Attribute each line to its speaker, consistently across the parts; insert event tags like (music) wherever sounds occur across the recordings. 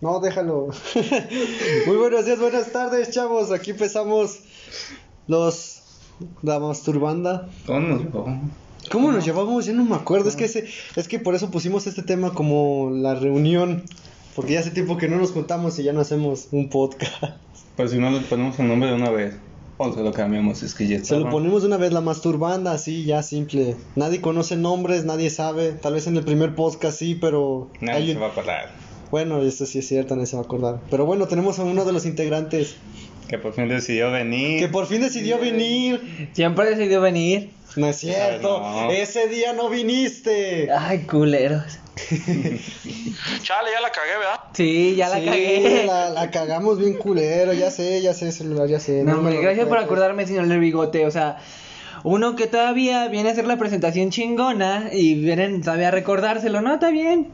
Speaker 1: No, déjalo. (laughs) Muy buenos días, buenas tardes, chavos. Aquí empezamos los. La masturbanda.
Speaker 2: ¿Cómo nos llevamos?
Speaker 1: ¿Cómo nos llevamos? Yo no me acuerdo. Es que, ese, es que por eso pusimos este tema como la reunión. Porque ya hace tiempo que no nos juntamos y ya no hacemos un podcast. (laughs)
Speaker 2: Pero Pues si no le ponemos el nombre de una vez, o se lo cambiamos, es que ya
Speaker 1: Se lo
Speaker 2: estaba.
Speaker 1: ponemos de una vez, la masturbanda, así, ya simple. Nadie conoce nombres, nadie sabe. Tal vez en el primer podcast sí, pero.
Speaker 2: Nadie
Speaker 1: hay-
Speaker 2: se va a acordar.
Speaker 1: Bueno, eso sí es cierto, nadie se va a acordar. Pero bueno, tenemos a uno de los integrantes
Speaker 2: Que por fin decidió venir.
Speaker 1: que por fin decidió venir.
Speaker 3: Siempre decidió venir.
Speaker 1: No es cierto,
Speaker 2: Ay, no.
Speaker 1: ese día no viniste.
Speaker 3: Ay, culeros.
Speaker 4: (laughs) Chale, ya la cagué, ¿verdad?
Speaker 3: Sí, ya la
Speaker 1: Sí,
Speaker 3: cagué.
Speaker 1: La, la cagamos bien culero, ya sé, ya sé, celular, ya sé.
Speaker 3: No, hombre,
Speaker 1: me lo
Speaker 3: gracias por
Speaker 1: recuerdes.
Speaker 3: acordarme, señor el bigote. O sea, uno que todavía viene a hacer la presentación chingona y vienen todavía a recordárselo. No, está bien.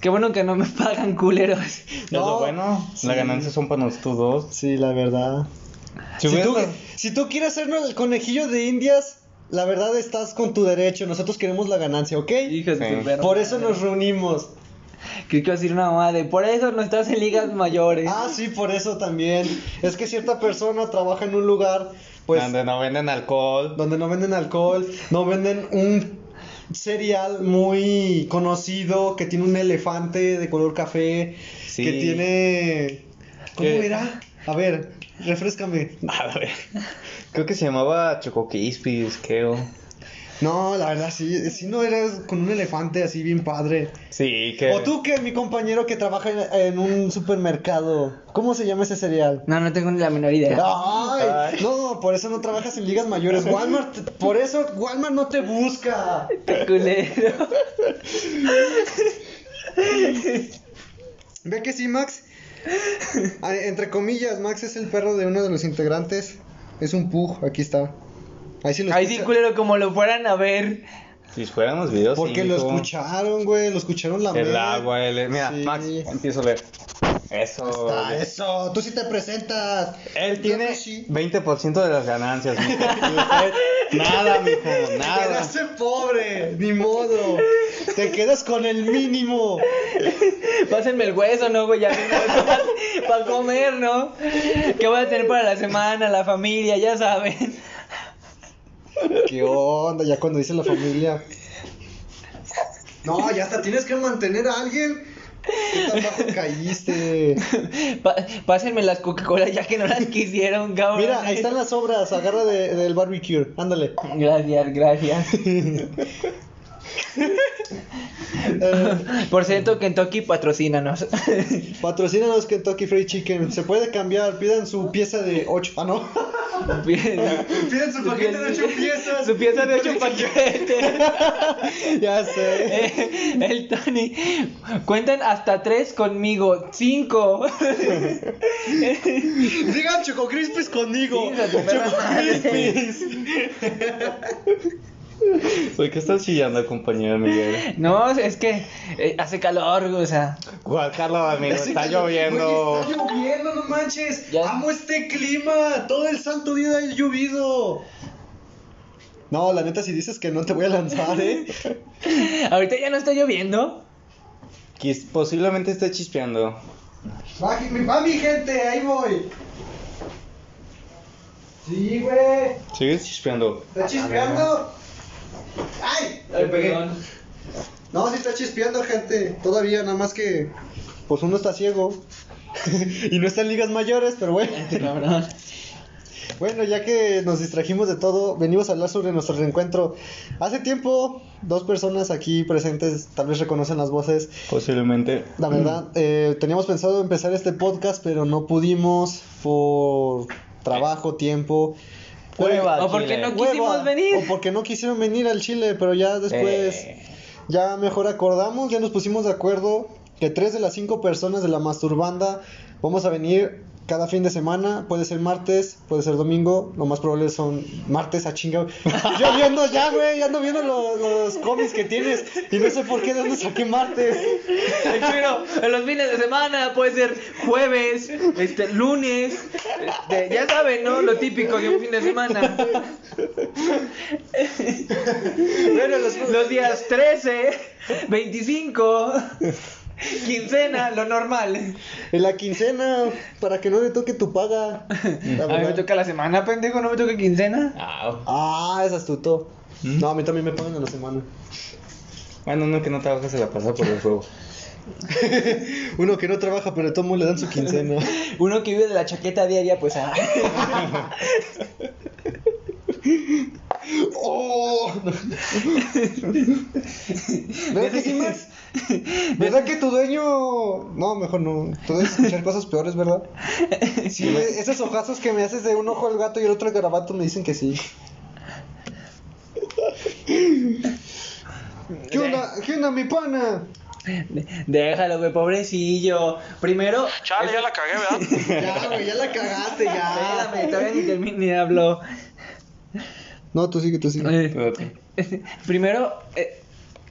Speaker 3: Qué bueno que no me (laughs) pagan culeros.
Speaker 2: Es
Speaker 1: No,
Speaker 2: lo bueno,
Speaker 1: sí.
Speaker 2: la ganancia son para nosotros dos.
Speaker 1: Sí, la verdad. Si,
Speaker 2: hubiera-
Speaker 1: tú, si tú quieres hacernos el conejillo de indias, la verdad estás con tu derecho. Nosotros queremos la ganancia, ¿ok?
Speaker 3: Hijos de
Speaker 2: Sí.
Speaker 3: su perra
Speaker 1: Por eso
Speaker 3: madre.
Speaker 1: nos reunimos.
Speaker 3: Creo que iba a decir una madre. Por eso no estás en ligas mayores.
Speaker 1: Ah, sí, por eso también. Es que cierta persona trabaja en un lugar, pues,
Speaker 2: donde no venden alcohol.
Speaker 1: donde no venden alcohol, no venden un cereal muy conocido que tiene un elefante de color café,
Speaker 2: Sí.
Speaker 1: que tiene... ¿Cómo
Speaker 2: Que-
Speaker 1: era? A ver, refrescame.
Speaker 2: A ver, Creo que se llamaba Choco Crispies, creo.
Speaker 1: No, la verdad, sí, si no eras con un elefante así bien padre.
Speaker 2: Sí, que.
Speaker 1: O tú que mi compañero que trabaja en, en un supermercado, ¿cómo se llama ese cereal?
Speaker 3: No, no tengo ni la menor
Speaker 1: Ah.
Speaker 3: idea.
Speaker 1: Ay,
Speaker 2: Ay.
Speaker 1: no, por eso no trabajas en ligas (laughs) mayores. Walmart, te- por eso Walmart no te busca. (laughs)
Speaker 3: Culero.
Speaker 1: Ve que sí, Max. Ah, Entre comillas, Max es el perro de uno de los integrantes. Es un pug, aquí está. Ahí sí lo
Speaker 3: Ay, sí,
Speaker 1: escucha-
Speaker 3: culero, como lo fueran a ver.
Speaker 2: Si fuéramos videos.
Speaker 1: Porque
Speaker 2: sí,
Speaker 1: lo
Speaker 2: hijo.
Speaker 1: escucharon, güey, lo escucharon la
Speaker 2: El agua, eh. el. Mira,
Speaker 1: Sí.
Speaker 2: Max, empiezo a leer. Eso.
Speaker 1: Ah, eso, tú sí te presentas.
Speaker 2: Él tiene
Speaker 1: Yo sí.
Speaker 2: 20% de las ganancias, mijo. Y usted, nada, (laughs) mijo,
Speaker 1: Te
Speaker 2: nada.
Speaker 1: quedaste pobre, ni modo. Te quedas con el mínimo.
Speaker 3: Pásenme el hueso, ¿no, güey? Ya para, comer, ¿no? ¿Qué voy a tener para la semana, la familia? Ya saben.
Speaker 1: ¿Qué onda? Ya cuando dice la familia. No, ya hasta tienes que mantener a alguien. ¿Qué tan bajo caíste?
Speaker 3: Pa- pásenme las Coca-Cola ya que no las quisieron, cabrón.
Speaker 1: Mira, ahí están las obras. Agarra de- del barbecue. Ándale.
Speaker 3: Gracias, gracias.
Speaker 1: Eh,
Speaker 3: Por cierto,
Speaker 1: (laughs)
Speaker 3: Kentucky patrocínanos.
Speaker 1: patrocínanos Kentucky Fried Chicken. Se puede cambiar. Pidan su pieza de 8. Ah, no. Pidan su paquete de 8 piezas.
Speaker 3: Su pieza de ocho
Speaker 1: (laughs)
Speaker 3: paquetes.
Speaker 1: Ya sé.
Speaker 3: Eh, El Tony. Cuentan hasta tres conmigo. Cinco.
Speaker 1: Digan Choco Crispis conmigo.
Speaker 3: Hija de tu perra
Speaker 1: Choco
Speaker 3: madre.
Speaker 1: Crispis.
Speaker 2: ¿Por qué estás chillando, compañero Miguel?
Speaker 3: No, es que eh, hace calor, o sea.
Speaker 2: Juan Carlos, amigo,
Speaker 1: Así
Speaker 2: está
Speaker 1: que-
Speaker 2: lloviendo.
Speaker 1: Oye, está lloviendo, no manches.
Speaker 3: Ya.
Speaker 1: Amo este clima. Todo el santo día ha llovido. No, la neta, si dices que no te voy a lanzar, ¿eh?
Speaker 3: Ahorita ya no está lloviendo.
Speaker 2: Quis- Posiblemente esté chispeando.
Speaker 1: va, mi- va mi gente, ahí voy. Sí, güey.
Speaker 2: ¿Sigues chispeando?
Speaker 1: ¿Está chispeando? ¡Ay! No, sí está chispeando, gente. Todavía, nada más que. Pues uno está ciego. (laughs) y no está en ligas mayores, pero bueno.
Speaker 3: Este cabrón.
Speaker 1: Bueno, ya que nos distrajimos de todo, venimos a hablar sobre nuestro reencuentro. Hace tiempo, dos personas aquí presentes tal vez reconocen las voces.
Speaker 2: Posiblemente.
Speaker 1: La
Speaker 3: Mm.
Speaker 1: verdad, eh, teníamos pensado empezar este podcast, pero no pudimos por trabajo, tiempo.
Speaker 2: Hueva,
Speaker 3: O porque
Speaker 2: Chile.
Speaker 3: no quisimos venir. (laughs)
Speaker 1: O porque no quisieron venir al Chile, pero ya después,
Speaker 2: Eh.
Speaker 1: ya mejor acordamos, ya nos pusimos de acuerdo que tres de las cinco personas de la masturbanda vamos a venir cada fin de semana. Puede ser martes, puede ser domingo. Lo más probable son martes a chinga. (laughs) Yo viendo ya, güey, ya ando viendo lo- los cómics que tienes y no sé por qué de dónde saqué martes.
Speaker 3: Pero en los fines de semana puede ser jueves, este, lunes, este, ya saben, ¿no? Lo típico de un fin de (laughs) semana. Bueno, los, los días 13, 25. Quincena, lo normal.
Speaker 1: En la quincena, para que no le toque tu (laughs) paga. La
Speaker 3: A mí me
Speaker 1: verdad.
Speaker 3: toca la semana, pendejo, no me toca quincena.
Speaker 2: Ah,
Speaker 1: Ah, es astuto. No, a mí también me pagan en la semana.
Speaker 2: bueno, uno que no trabaja se la pasa por el juego.
Speaker 1: Uno que no trabaja, pero de todos modos le dan su (laughs) quincena.
Speaker 3: Uno que vive de la chaqueta diaria, pues. ah. (laughs)
Speaker 1: ¡Oh! (laughs) ¿Verdad que, sí, (laughs) Max? ¿Verdad que tu dueño.? No, mejor no. Tú debes escuchar cosas peores, ¿verdad? Sí, güey, esos ojazos que me haces de un ojo al gato y el otro al garabato me dicen que (laughs) sí. ¿Qué onda, qué onda, mi pana?
Speaker 3: Déjalo, güey, pobrecillo. Primero.
Speaker 4: Chale, ya la cagué, ¿verdad?
Speaker 1: Ya, güey, ya la cagaste,
Speaker 3: Espérame, todavía ni termino ni hablo.
Speaker 1: No, tú sigue, tú sigue.
Speaker 3: Eh, Primero. eh,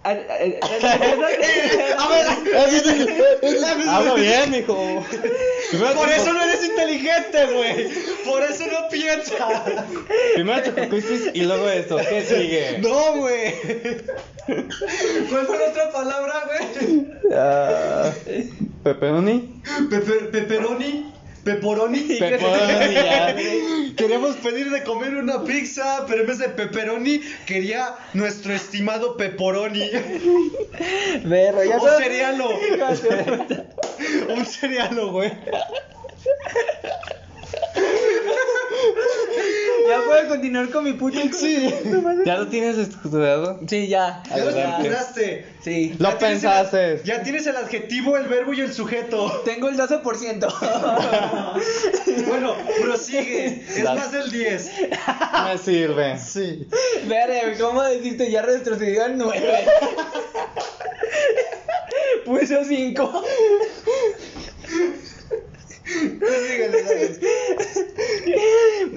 Speaker 3: a- a- eh, a-
Speaker 2: Hablo bien, hijo. Por eso no eres inteligente, güey.
Speaker 1: Por eso no piensa.
Speaker 2: Primero chococuisis y luego esto. ¿Qué sigue?
Speaker 1: No, güey. ¿Cuál fue la otra palabra, güey?
Speaker 2: Ah, ¿Pepperoni?
Speaker 1: Pepe- Peperoni. Peporoni.
Speaker 2: Pepperoni, ya.
Speaker 1: Queríamos pedir de comer una pizza, pero en vez de pepperoni quería nuestro estimado peporoni.
Speaker 3: Berro, ya
Speaker 1: Un
Speaker 3: sabes-
Speaker 1: cerealo. Un cerealo, güey.
Speaker 3: (laughs) Ya puedo continuar con mi puto.
Speaker 1: Sí.
Speaker 2: ¿Ya lo tienes estudiado?
Speaker 3: Sí, ya.
Speaker 1: Ya lo
Speaker 2: Adelante.
Speaker 1: estructuraste.
Speaker 3: Sí.
Speaker 2: Lo
Speaker 1: Ya tienes el-
Speaker 2: pensaste.
Speaker 1: Ya tienes el adjetivo, el verbo y el sujeto.
Speaker 3: Tengo el 12%.
Speaker 1: (laughs) Bueno, prosigue. Es
Speaker 2: La-
Speaker 1: más del 10.
Speaker 2: Me sirve.
Speaker 1: Sí.
Speaker 3: Verga, ¿cómo decirte? Ya retrocedió al
Speaker 1: (laughs)
Speaker 3: 9. Puso 5.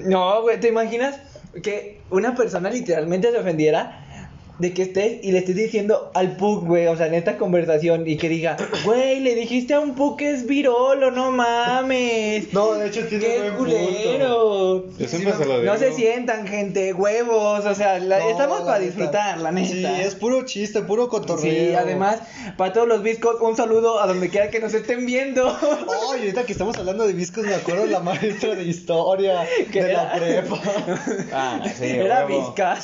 Speaker 3: No, güey, ¿te imaginas que una persona literalmente se ofendiera de que estés y le estés diciendo al Puck, güey, o sea, en esta conversación y que diga, güey, le dijiste a un Puck que es virolo, no mames.
Speaker 1: (laughs) No, de hecho tiene
Speaker 3: ¡Qué
Speaker 1: buen punto.
Speaker 3: culero!
Speaker 2: Yo siempre se lo digo.
Speaker 3: No se sientan, gente, huevos, o sea, la-
Speaker 1: No,
Speaker 3: estamos
Speaker 1: la
Speaker 3: para
Speaker 1: neta.
Speaker 3: disfrutar, la neta.
Speaker 1: Sí, es puro chiste, puro cotorreo.
Speaker 3: Sí, además, para todos los biscos, un saludo a donde quiera que nos estén viendo.
Speaker 1: Ay, ahorita que estamos hablando de discos, me acuerdo de la maestra de historia
Speaker 3: (laughs) Que
Speaker 1: de la
Speaker 3: era-
Speaker 1: prepa.
Speaker 3: (laughs)
Speaker 2: Ah, sí,
Speaker 3: Era
Speaker 2: huevo.
Speaker 3: Vizca.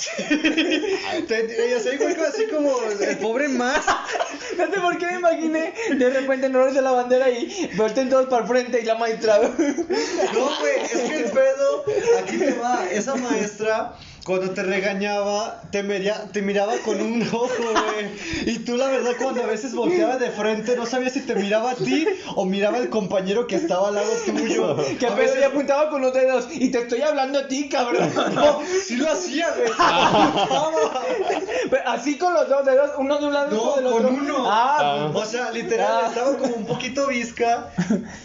Speaker 1: Te- Ella se dijo así como el pobre más.
Speaker 3: No sé por qué me imaginé de repente en honores de la bandera y volten todos para el frente y la maestra.
Speaker 1: No, güey, es que el pedo, aquí te va, esa maestra cuando te regañaba, te, media- te miraba con un ojo, güey. Y tú la verdad cuando a veces volteaba de frente, no sabías si te miraba a ti o miraba al compañero que estaba al lado tuyo.
Speaker 3: Que
Speaker 1: a
Speaker 3: apenas
Speaker 1: veces
Speaker 3: le apuntaba con los dedos y te estoy hablando a ti,
Speaker 1: (laughs)
Speaker 3: cabrón.
Speaker 1: No, sí lo hacía, güey.
Speaker 3: (laughs) Pero así con los dos dedos, uno de un lado y
Speaker 1: No,
Speaker 3: uno del
Speaker 1: con
Speaker 3: otro.
Speaker 1: uno.
Speaker 3: Ah,
Speaker 1: O sea, literal,
Speaker 3: Ah.
Speaker 1: estaba como un poquito visca.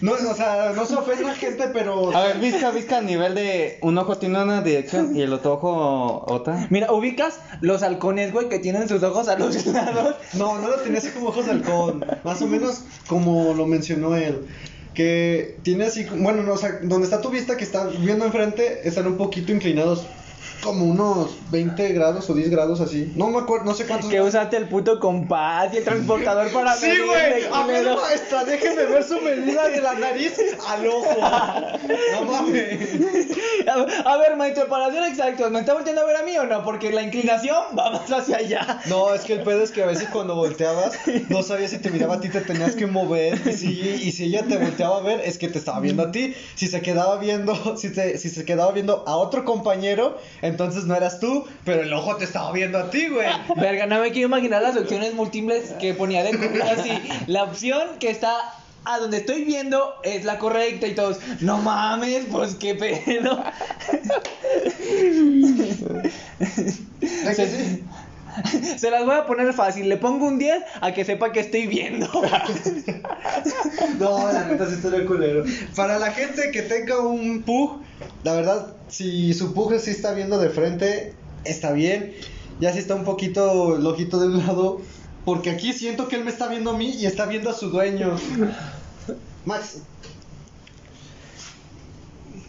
Speaker 1: No, o sea, no se ofenda gente, pero.
Speaker 2: A ver, Vizca, Vizca, a nivel de un ojo tiene una dirección y el otro ojo otra.
Speaker 3: Mira, ubicas los halcones, güey, que tienen sus ojos a los (laughs) lados.
Speaker 1: No, no lo tenía así como ojos de halcón. Más o menos como lo mencionó él. Que tiene así, bueno, no, o sea, donde está tu vista que está viendo enfrente, están un poquito inclinados. Como unos 20 grados o 10 grados así. No me acuerdo, no sé cuántos.
Speaker 3: Que usaste el puto compás y el transportador para
Speaker 1: Sí,
Speaker 3: medirle,
Speaker 1: güey. A ver,
Speaker 3: culero.
Speaker 1: maestra, déjeme ver su medida de la nariz al ojo. No mames.
Speaker 3: (laughs) A, a ver, maestro, para ser exactos, ¿me está volteando a ver a mí o no? Porque la inclinación va más hacia allá. (laughs)
Speaker 1: No, es que el pedo es que a veces cuando volteabas, no sabías si te miraba a ti, te tenías que mover. Y si, y si ella te volteaba a ver, es que te estaba viendo a ti. Si se quedaba viendo, (laughs) si, te- si se quedaba viendo a otro compañero, entonces no eras tú, pero el ojo te estaba viendo a ti, güey.
Speaker 3: Verga, no me quiero imaginar las opciones múltiples que ponía de así. La opción que está a donde estoy viendo es la correcta y todos, no mames, pues qué pedo.
Speaker 1: ¿De que sí?
Speaker 3: Se las voy a poner fácil, le pongo un 10 a que sepa que estoy viendo.
Speaker 1: No, la neta sí estaría culero. Para la gente que tenga un pug, la verdad, si su pug sí está viendo de frente, está bien. Ya si está un poquito el ojito de un lado, porque aquí siento que él me está viendo a mí y está viendo a su dueño. Max,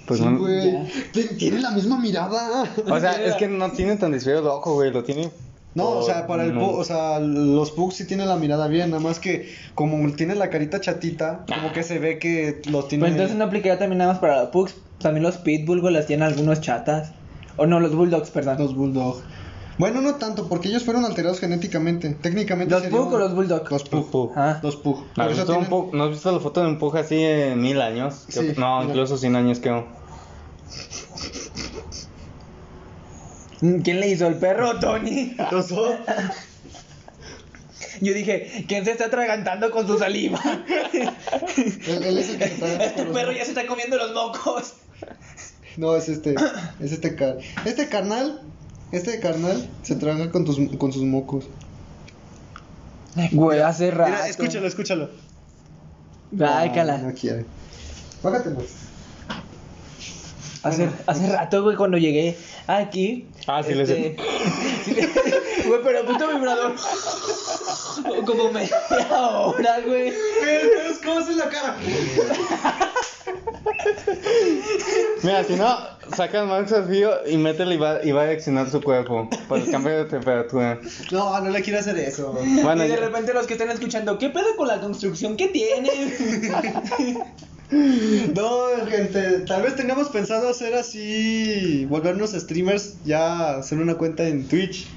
Speaker 2: Pues
Speaker 1: sí,
Speaker 2: no-
Speaker 1: güey. Ti- Tiene la misma mirada.
Speaker 2: O sea, es que no tiene tan desviado el ojo, güey. Lo tiene
Speaker 1: No, o
Speaker 2: O
Speaker 1: sea, para el
Speaker 2: Oh, no.
Speaker 1: pu- o sea, los pugs sí tienen la mirada bien, nada más que como tiene la carita chatita, como que se ve que los tiene
Speaker 3: Pues entonces no aplicaría también nada más para los pugs. También los pitbull, güey, las tienen algunos chatas. O no, los bulldogs, perdón.
Speaker 1: los bulldog. Bueno, no tanto, porque ellos fueron alterados genéticamente. Técnicamente
Speaker 3: ¿Los
Speaker 1: sería
Speaker 3: pug
Speaker 1: un-
Speaker 3: o los bulldog?
Speaker 1: Los pug.
Speaker 2: Los pug.
Speaker 3: Ah.
Speaker 1: Los pug.
Speaker 2: ¿No
Speaker 1: Por
Speaker 2: has,
Speaker 1: eso
Speaker 2: visto un
Speaker 1: (laughs) tienen-
Speaker 2: pug- no has visto la foto de un pug así en mil años? Yo-
Speaker 1: Sí,
Speaker 2: no,
Speaker 1: mira.
Speaker 2: incluso 100 años creo.
Speaker 3: Mm, ¿Quién le hizo el perro, Tony? Yo dije, ¿quién se está atragantando con su saliva?
Speaker 1: Él, él es el que se está-
Speaker 3: (laughs) este perro ya se está comiendo los mocos.
Speaker 1: No, es este. Es este car... Este carnal. Este carnal se traga con, tus, con sus mocos.
Speaker 3: Güey, hace rato.
Speaker 1: escúchalo.
Speaker 3: Ay,
Speaker 1: Ah,
Speaker 3: cala.
Speaker 1: No quiere. Bájate más.
Speaker 3: Hace, hace rato, güey, cuando llegué aquí.
Speaker 2: Ah, sí, le
Speaker 3: este, (laughs) sí le- Güey, pero puto vibrador. Como media hora, güey.
Speaker 1: ¿Cómo haces la cara?
Speaker 2: Mira, si no, sacan más desafío y métele y va, y va a reaccionar su cuerpo por el cambio de
Speaker 3: (laughs)
Speaker 2: temperatura.
Speaker 1: No, no le quiero hacer eso.
Speaker 2: Bueno,
Speaker 3: y de
Speaker 2: ya-
Speaker 3: repente los que están escuchando, ¿qué pedo con la construcción que tienen?
Speaker 1: No, gente, tal vez tengamos pensado hacer así, volvernos streamers, ya hacer una cuenta en Twitch.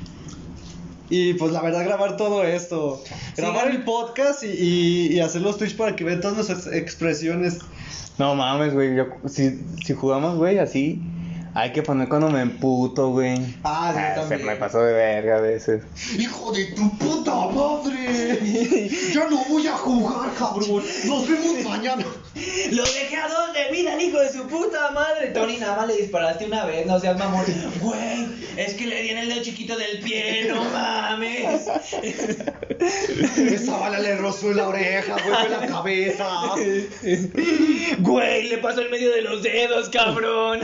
Speaker 1: Y pues la verdad grabar todo esto, grabar el podcast y, y- y hacer los Twitch para que vean todas nuestras expresiones.
Speaker 2: no mames, güey. yo- Si, si jugamos, güey, así, hay que poner cuando me emputo, güey.
Speaker 1: Ah, sí,
Speaker 2: se
Speaker 1: también.
Speaker 2: me pasó de verga a veces.
Speaker 1: ¡Hijo de tu puta madre! Ya no voy a jugar, cabrón. Nos vemos mañana.
Speaker 3: Lo dejé a dos de vida, el hijo de su puta madre. Tony, nada más le disparaste una vez, no seas mamón. Güey, es que le di en el dedo chiquito del pie, no mames.
Speaker 1: Esa bala le rozó en la oreja, güey, en la cabeza.
Speaker 3: Güey, le pasó en medio de los dedos, cabrón.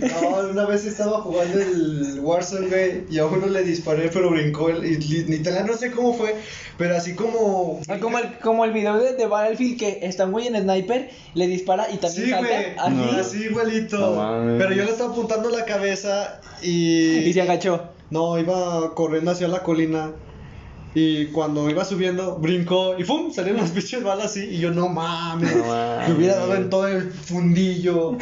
Speaker 1: No, una vez estaba jugando el Warzone, güey, y a uno le disparé, pero brincó el, y li- ni tal, no sé cómo fue, pero así como...
Speaker 3: Ah, Como el, como el video de, de Battlefield que está muy en sniper, le dispara y también
Speaker 1: Sí,
Speaker 3: salta
Speaker 1: güey,
Speaker 3: así,
Speaker 2: No.
Speaker 1: así igualito.
Speaker 2: No mames.
Speaker 1: pero yo le estaba apuntando la cabeza
Speaker 3: y
Speaker 1: y...
Speaker 3: se agachó.
Speaker 1: No, iba corriendo hacia la colina. Y cuando iba subiendo, brincó y ¡pum! Salieron las (laughs) pinches balas así. Y yo, no mames.
Speaker 2: No mames.
Speaker 1: Me hubiera dado en todo el fundillo.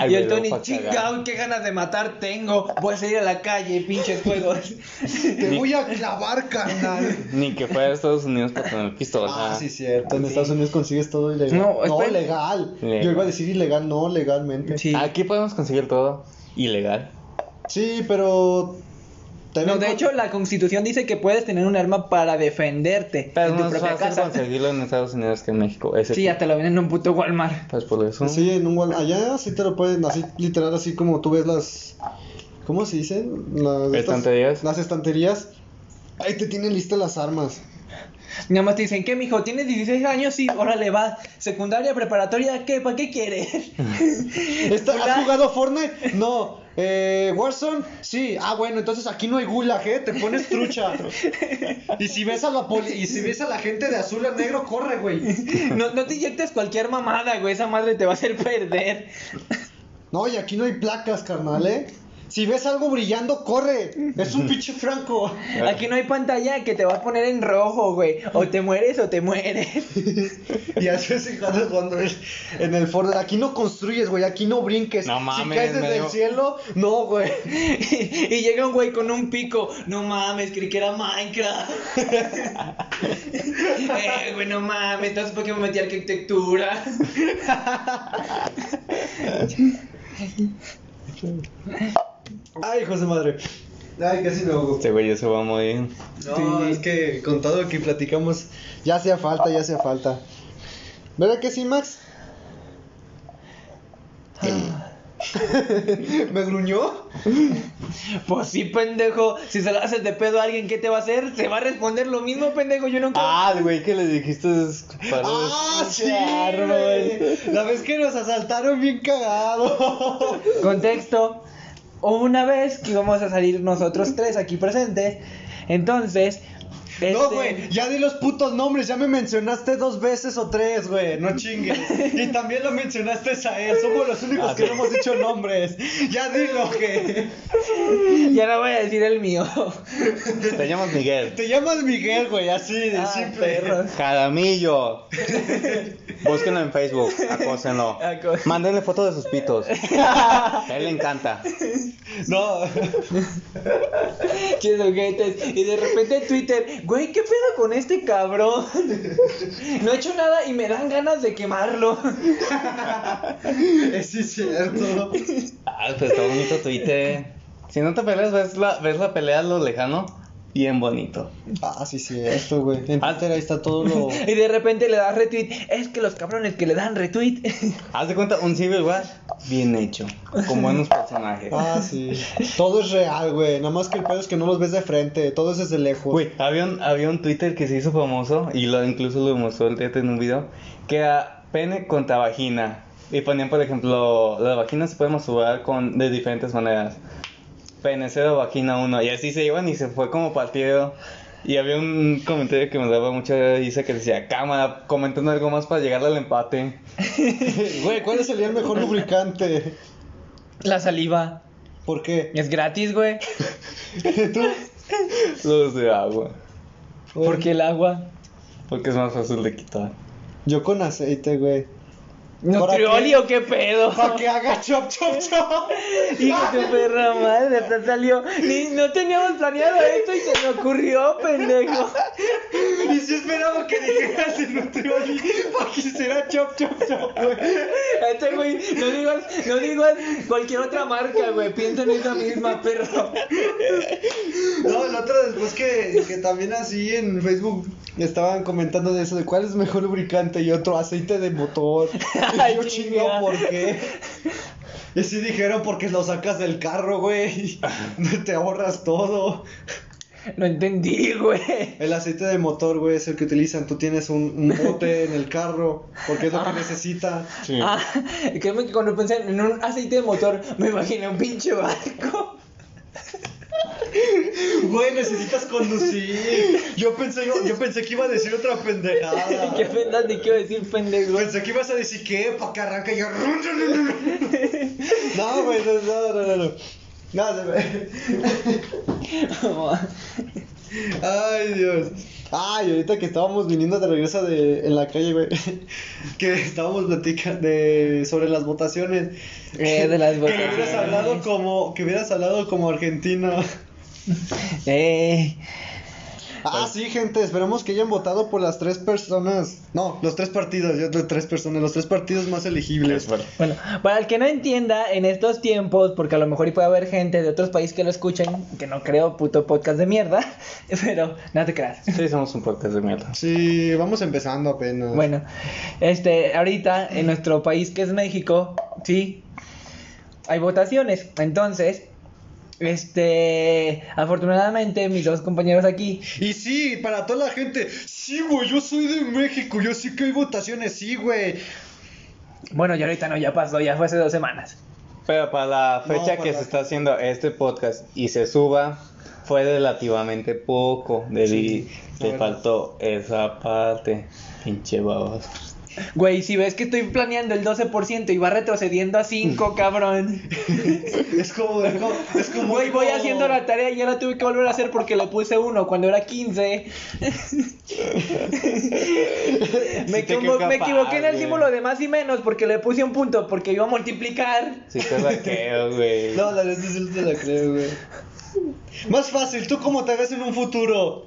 Speaker 2: Ay,
Speaker 3: (laughs) y el
Speaker 2: güey,
Speaker 3: Tony,
Speaker 2: luego pa' cagar.
Speaker 3: chingao, qué ganas de matar tengo. Voy a salir a la calle, pinches juegos.
Speaker 1: Te voy a clavar, carnal.
Speaker 2: Ni que fuera a Estados Unidos para tener pistola.
Speaker 1: Ah, sí, cierto. En Estados Unidos consigues todo ilegal.
Speaker 3: No,
Speaker 1: No,
Speaker 3: espera.
Speaker 1: legal.
Speaker 2: Legal.
Speaker 1: Yo iba a decir ilegal, no, legalmente. Sí,
Speaker 3: Sí.
Speaker 2: Aquí podemos conseguir todo ilegal.
Speaker 1: pero.
Speaker 3: No,
Speaker 1: también
Speaker 3: de
Speaker 1: con-
Speaker 3: hecho, la constitución dice que puedes tener un arma para defenderte
Speaker 2: Pero
Speaker 3: en
Speaker 2: es
Speaker 3: tu
Speaker 2: más
Speaker 3: propia
Speaker 2: fácil
Speaker 3: casa.
Speaker 2: conseguirlo en Estados Unidos que en México. Ese
Speaker 3: Sí, ya te lo ven en un puto Walmart.
Speaker 2: Pues por eso.
Speaker 1: Sí, en un Wal- Allá sí te lo pueden, así, literal, así como tú ves las. ¿Cómo se dicen? Las
Speaker 2: Estanterías.
Speaker 1: Las estanterías. Ahí te tienen listas las armas.
Speaker 3: Nada más te dicen, ¿qué, mijo? ¿Tienes 16 años? Sí, órale, va. Secundaria, preparatoria, ¿qué? ¿Para qué quieres? (laughs)
Speaker 1: Esta- ¿Has
Speaker 3: ¿Verdad?
Speaker 1: jugado Fortnite? No. Eh, Warzone, sí. Ah, bueno, entonces aquí no hay gulag, ¿eh? Te pones
Speaker 3: (laughs)
Speaker 1: trucha. Y si ves a la poli- y si ves a la gente de azul a negro, corre, güey.
Speaker 3: No, no te inyectes cualquier mamada, güey. Esa madre te va a hacer perder.
Speaker 1: No, y aquí no hay placas, carnal, ¿eh? Si ves algo brillando, corre. Es
Speaker 2: (laughs)
Speaker 1: un pinche franco. (laughs)
Speaker 3: Aquí no hay pantalla que te va a poner en rojo, güey. O te mueres o te mueres. (laughs)
Speaker 1: Y así es cuando, cuando es en el Ford. Aquí no construyes, güey. Aquí no brinques.
Speaker 2: No
Speaker 1: si
Speaker 2: mames,
Speaker 1: caes desde
Speaker 2: me
Speaker 1: el
Speaker 2: dio-
Speaker 1: cielo, no, güey.
Speaker 3: Y llega un güey con un pico. No mames, creí que era Minecraft. (laughs) eh, güey, no mames. Entonces, ¿por qué me metí a arquitectura?
Speaker 1: Ay, hijo de madre. Ay, casi me ahogo.
Speaker 2: Este güey ya se va a morir.
Speaker 1: No,
Speaker 3: Sí.
Speaker 1: es que con todo lo que platicamos, ya hacía falta, ya hacía falta. ¿Verdad que sí, Max? (laughs) ¿Me gruñó?
Speaker 3: Pues sí, pendejo. Si se lo haces de pedo a alguien, ¿qué te va a hacer? Se va a responder lo mismo, pendejo. Yo nunca.
Speaker 2: Ah, el güey que le dijiste es para
Speaker 1: ¡Ah,
Speaker 2: los-
Speaker 1: sí!
Speaker 2: árbol.
Speaker 1: güey! La vez que nos asaltaron bien cagado.
Speaker 3: Contexto. Una vez que íbamos a salir nosotros tres aquí presentes, entonces
Speaker 1: No,
Speaker 3: Este-
Speaker 1: güey, ya di los putos nombres, ya me mencionaste dos veces o tres, güey, no chingues. Y también lo mencionaste a él, somos los únicos que no hemos dicho nombres. Ya dilo, que
Speaker 3: Ya no voy a decir el mío.
Speaker 2: Te llamas Miguel.
Speaker 1: Te llamas Miguel, güey, así de
Speaker 3: Ah,
Speaker 1: simple.
Speaker 3: perros.
Speaker 2: Jaramillo.
Speaker 3: (laughs)
Speaker 2: Búsquenlo en Facebook, acósenlo.
Speaker 1: Ah,
Speaker 3: Acó-
Speaker 2: Mándenle fotos de sus pitos. A él le encanta.
Speaker 1: No,
Speaker 3: Qué ojetes. Y de repente en Twitter, güey, ¿qué pedo con este cabrón? No he hecho nada y me dan ganas de quemarlo.
Speaker 1: Eh, sí es cierto.
Speaker 2: Ah, pues está bonito Twitter. Si no te peleas, ves la, ves la pelea a lo lejano. Bien bonito.
Speaker 1: Ah, sí es cierto, güey. En Twitter Ah, ahí está todo lo...
Speaker 3: Y de repente le das retweet. Es que los cabrones que le dan retweet.
Speaker 2: (laughs)
Speaker 3: (laughs)
Speaker 2: Haz de cuenta, un Civil War bien hecho.
Speaker 1: (laughs)
Speaker 2: Con buenos personajes.
Speaker 1: Ah, sí. Todo es real, güey. Nada más que el pedo es que no los ves de frente, todo es desde lejos.
Speaker 2: Güey, había un, había un Twitter que se hizo famoso y lo incluso lo mostró el Tete en un video que era pene contra vagina. Y ponían, por ejemplo, las vaginas se pueden masturbar con, de diferentes maneras. Pene cero, vagina uno. Y así se iban y se fue como partido. Y había un comentario que me daba mucha risa que decía, cámara, comentando algo más para llegar al empate. (laughs)
Speaker 1: Güey, ¿cuál sería el mejor lubricante?
Speaker 3: La saliva.
Speaker 1: ¿Por qué?
Speaker 3: Es gratis, güey.
Speaker 1: ¿Tú?
Speaker 2: Los de agua.
Speaker 3: Porque el agua.
Speaker 2: Porque es más fácil de quitar.
Speaker 1: Yo con aceite, güey.
Speaker 3: No
Speaker 1: ¿Para qué?
Speaker 3: crioli o qué pedo.
Speaker 1: Para que haga chop, (laughs) chop, chop.
Speaker 3: Hijo de tu perra madre, te salió. Ni, no teníamos planeado esto y se me ocurrió, pendejo.
Speaker 1: Y si esperaba que dijeras el nutrioli, para que hiciera chop, chop, chop, güey.
Speaker 3: Este güey, no digas, no digas cualquier otra marca, güey. Piensa en esa misma, perro.
Speaker 1: No, el otro después que, que también así en Facebook estaban comentando de eso, de cuál es mejor lubricante y otro aceite de (laughs) motor. Y yo
Speaker 3: Ay,
Speaker 1: chingo,
Speaker 3: chinga.
Speaker 1: ¿por qué? Y sí dijeron porque lo sacas del carro, güey. (laughs) Te ahorras todo.
Speaker 3: No entendí, güey.
Speaker 1: El aceite de motor, güey, es el que utilizan. Tú tienes un, un bote en el carro porque es lo que necesita.
Speaker 2: Sí.
Speaker 3: Ah, créeme que cuando pensé en un aceite de motor, me imaginé un pinche barco.
Speaker 1: Güey, necesitas conducir. Yo pensé, yo, pensé que iba a decir otra pendejada.
Speaker 3: (laughs) ¿Qué ofendas te quiero decir,
Speaker 1: (laughs)
Speaker 3: pendejo? (laughs)
Speaker 1: Pensé que ibas a decir que para que arranca yo. No, güey, no, no, no, no. no. No, se ve. Ay, Dios. Ay, ahorita que estábamos viniendo de regreso de, en la calle, güey. (laughs) Que estábamos platicando de, sobre las votaciones.
Speaker 3: Eh, de las
Speaker 1: Que le hubieras
Speaker 3: votaciones.
Speaker 1: hablado como, que hubieras hablado como argentino.
Speaker 3: Eh,
Speaker 1: Ah, sí, gente, esperamos que hayan votado por las tres personas. No, los tres partidos, yo de tres personas, los tres partidos más elegibles.
Speaker 3: bueno, para el que no entienda, en estos tiempos, porque a lo mejor y puede haber gente de otros países que lo escuchen, que no creo, puto podcast de mierda, (laughs) pero no te creas.
Speaker 2: Sí, somos un podcast de mierda.
Speaker 1: Sí, vamos empezando apenas.
Speaker 3: Bueno, este, ahorita en nuestro país que es México, sí, hay votaciones. Entonces, este, afortunadamente mis dos compañeros aquí,
Speaker 1: Y sí, para toda la gente, sí, güey, yo soy de México, yo sí que hay votaciones, sí, güey.
Speaker 3: bueno, ya ahorita no, ya pasó, ya fue hace dos semanas.
Speaker 2: Pero para la
Speaker 1: No,
Speaker 2: fecha
Speaker 1: para
Speaker 2: que
Speaker 1: la-
Speaker 2: se está haciendo este podcast y se suba, fue relativamente poco. Debí,
Speaker 1: la
Speaker 2: te
Speaker 1: verdad.
Speaker 2: faltó esa parte. Pinche baboso.
Speaker 3: Güey, si ves que estoy planeando el 12% y va retrocediendo
Speaker 1: (laughs)
Speaker 3: a 5, cabrón.
Speaker 1: Es como, es como, es como-
Speaker 3: Güey, voy haciendo la tarea y ya la tuve que volver a hacer porque le puse uno cuando era
Speaker 1: (laughs)
Speaker 3: 15. me,
Speaker 2: Sí te
Speaker 3: equivo-
Speaker 2: creo
Speaker 3: me
Speaker 2: capaz,
Speaker 3: equivoqué en el
Speaker 2: güey.
Speaker 3: símbolo de más y menos porque le puse un punto porque iba a multiplicar.
Speaker 2: Si te
Speaker 1: (laughs)
Speaker 2: la creo, güey.
Speaker 1: No, la neta sí no te la creo, güey. Más fácil, ¿tú cómo te ves en un futuro?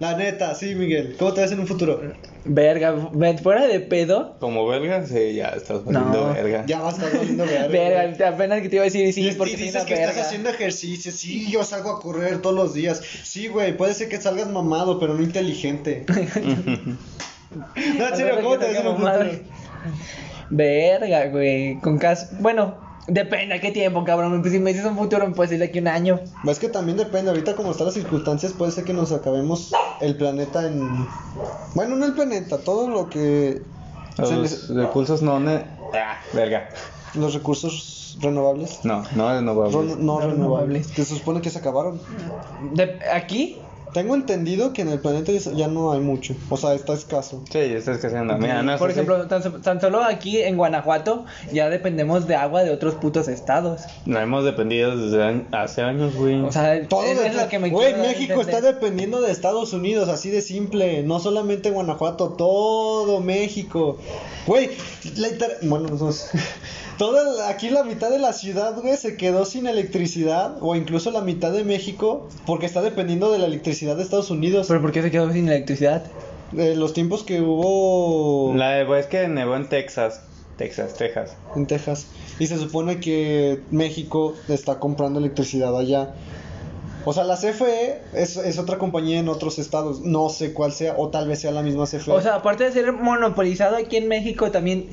Speaker 1: La neta, sí, Miguel. ¿Cómo te ves en un futuro?
Speaker 3: Verga, ven, fuera de pedo.
Speaker 2: Como verga, sí, ya estás poniendo
Speaker 3: No.
Speaker 2: verga.
Speaker 1: Ya vas a estar viendo (laughs) verga. güey.
Speaker 3: Verga, te- apenas que te iba a decir,
Speaker 1: Y,
Speaker 3: sí, porque
Speaker 1: y
Speaker 3: soy
Speaker 1: dices
Speaker 3: una
Speaker 1: que
Speaker 3: verga.
Speaker 1: estás haciendo ejercicio. Sí, yo salgo a correr todos los días. Sí, güey, puede ser que salgas mamado, pero (laughs) no inteligente. no, en serio, ¿cómo te ves en un futuro?
Speaker 3: Madre. Verga, güey. Con caso. Bueno, depende a qué tiempo, cabrón. Pues, Si me dices un futuro, pues de aquí a un año.
Speaker 1: Es que también depende, ahorita como están las circunstancias, puede ser que nos acabemos el planeta en... Bueno, no el planeta, todo lo que... se
Speaker 2: Los
Speaker 1: les-
Speaker 2: recursos no. ne- Ah, verga.
Speaker 1: Los recursos renovables.
Speaker 2: No, no es
Speaker 1: Ron-
Speaker 2: no
Speaker 1: no
Speaker 3: renovables.
Speaker 1: renovables. Que se supone que se acabaron.
Speaker 3: De- aquí,
Speaker 1: Tengo entendido que en el planeta ya- ya no hay mucho. O sea, está escaso.
Speaker 2: Sí, estás casando.
Speaker 1: Ah,
Speaker 2: Mira, no
Speaker 3: Por
Speaker 2: eso sí.
Speaker 3: ejemplo, tan, so- tan solo aquí en Guanajuato ya dependemos de agua de otros putos estados.
Speaker 2: No hemos dependido desde año- hace años, güey.
Speaker 3: O sea,
Speaker 1: Mm. Todo
Speaker 3: eso
Speaker 1: de-
Speaker 3: es lo que me
Speaker 1: Güey,
Speaker 3: quiero dar a
Speaker 1: México está
Speaker 3: entender.
Speaker 1: dependiendo de Estados Unidos, así de simple. No solamente Guanajuato, todo México. Güey, la inter- bueno, nosotros. (laughs) Toda la- aquí la mitad de la ciudad, güey, se quedó sin electricidad, o incluso la mitad de México, porque está dependiendo de la electricidad de Estados Unidos.
Speaker 3: ¿Pero por qué se quedó sin electricidad?
Speaker 1: De los tiempos que hubo
Speaker 2: La de, pues, es que nevó en Texas. Texas, Texas.
Speaker 1: en Texas. Y se supone que México está comprando electricidad allá. O sea, la CFE es, es otra compañía en otros estados. No sé cuál sea, o tal vez sea la misma E. CFE.
Speaker 3: O sea, aparte de ser monopolizado aquí en México, también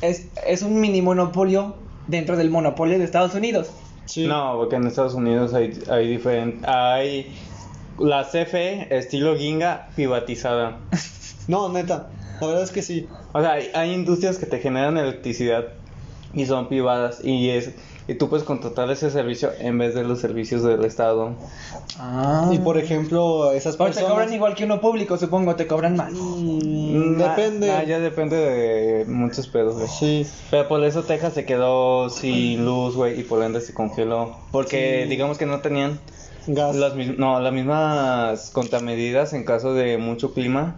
Speaker 3: es, es un mini monopolio dentro del monopolio de Estados Unidos.
Speaker 1: Sí.
Speaker 2: No, porque en Estados Unidos hay, hay diferente. Hay. La CFE, estilo guinga, privatizada.
Speaker 1: No, neta. La verdad es que sí.
Speaker 2: O sea, hay, hay industrias que te generan electricidad y son privadas y es y tú puedes contratar ese servicio en vez de los servicios del Estado.
Speaker 3: Ah.
Speaker 1: Y por ejemplo, esas
Speaker 3: Pero te
Speaker 1: personas.
Speaker 3: cobran igual que uno público, supongo, te cobran más.
Speaker 1: Mm,
Speaker 2: Na-
Speaker 1: depende.
Speaker 3: Ah,
Speaker 2: na- ya depende de muchos pedos, güey.
Speaker 1: Sí.
Speaker 2: Pero por eso Texas se quedó sin luz, güey, y por ende se congeló. Porque digamos que no tenían
Speaker 1: Gas.
Speaker 2: las, mis- no, las mismas contramedidas en caso de mucho clima.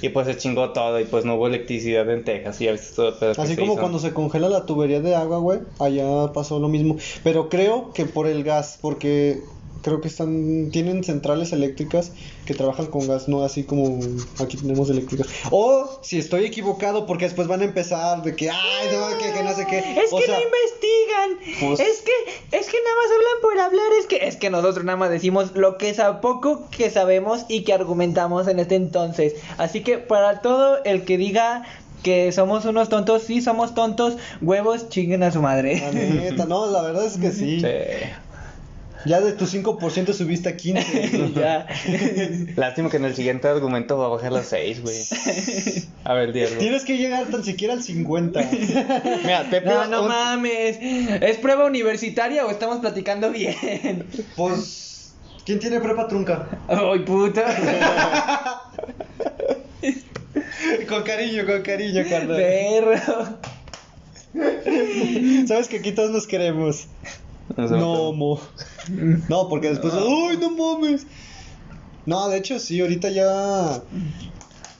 Speaker 2: Y pues se chingó todo y pues no hubo electricidad en Texas. Y ya viste todo el pedo que
Speaker 1: Así
Speaker 2: se
Speaker 1: como
Speaker 2: hizo.
Speaker 1: cuando se congela la tubería de agua, güey, allá pasó lo mismo. Pero creo que por el gas, porque creo que están, tienen centrales eléctricas que trabajan con gas, no así como aquí tenemos eléctricas. O si estoy equivocado, porque después van a empezar de que, ay, no, que, que no sé qué.
Speaker 3: Es
Speaker 1: O
Speaker 3: que
Speaker 1: sea,
Speaker 3: no investigan.
Speaker 2: pues-
Speaker 3: es que es que nada más hablan por hablar. Es que es que nosotros nada más decimos lo que es a poco que sabemos y que argumentamos en este entonces. Así que para todo el que diga que somos unos tontos, sí somos tontos, huevos chinguen a su madre. (laughs)
Speaker 1: la neta, no, la verdad es que sí.
Speaker 2: Sí.
Speaker 1: Ya de tu 5% subiste a (laughs) 15.
Speaker 3: (laughs) Ya.
Speaker 2: Lástima que en el siguiente argumento va a bajar las 6, güey.
Speaker 1: (laughs)
Speaker 2: A ver, 10, güey.
Speaker 1: Tienes que llegar tan siquiera al (laughs) 50.
Speaker 2: Mira, te pido
Speaker 3: No, no
Speaker 2: un-
Speaker 3: mames. ¿Es prueba universitaria o estamos platicando bien?
Speaker 1: Pues, ¿quién tiene prepa trunca?
Speaker 3: Ay, puta.
Speaker 1: Con cariño, con cariño, carnal.
Speaker 3: (laughs) (laughs) Perro.
Speaker 1: Sabes que aquí todos nos queremos.
Speaker 2: No,
Speaker 1: No, mo. No, porque después.
Speaker 2: Ah.
Speaker 1: ¡Uy, no mames! No, de hecho, sí, ahorita ya.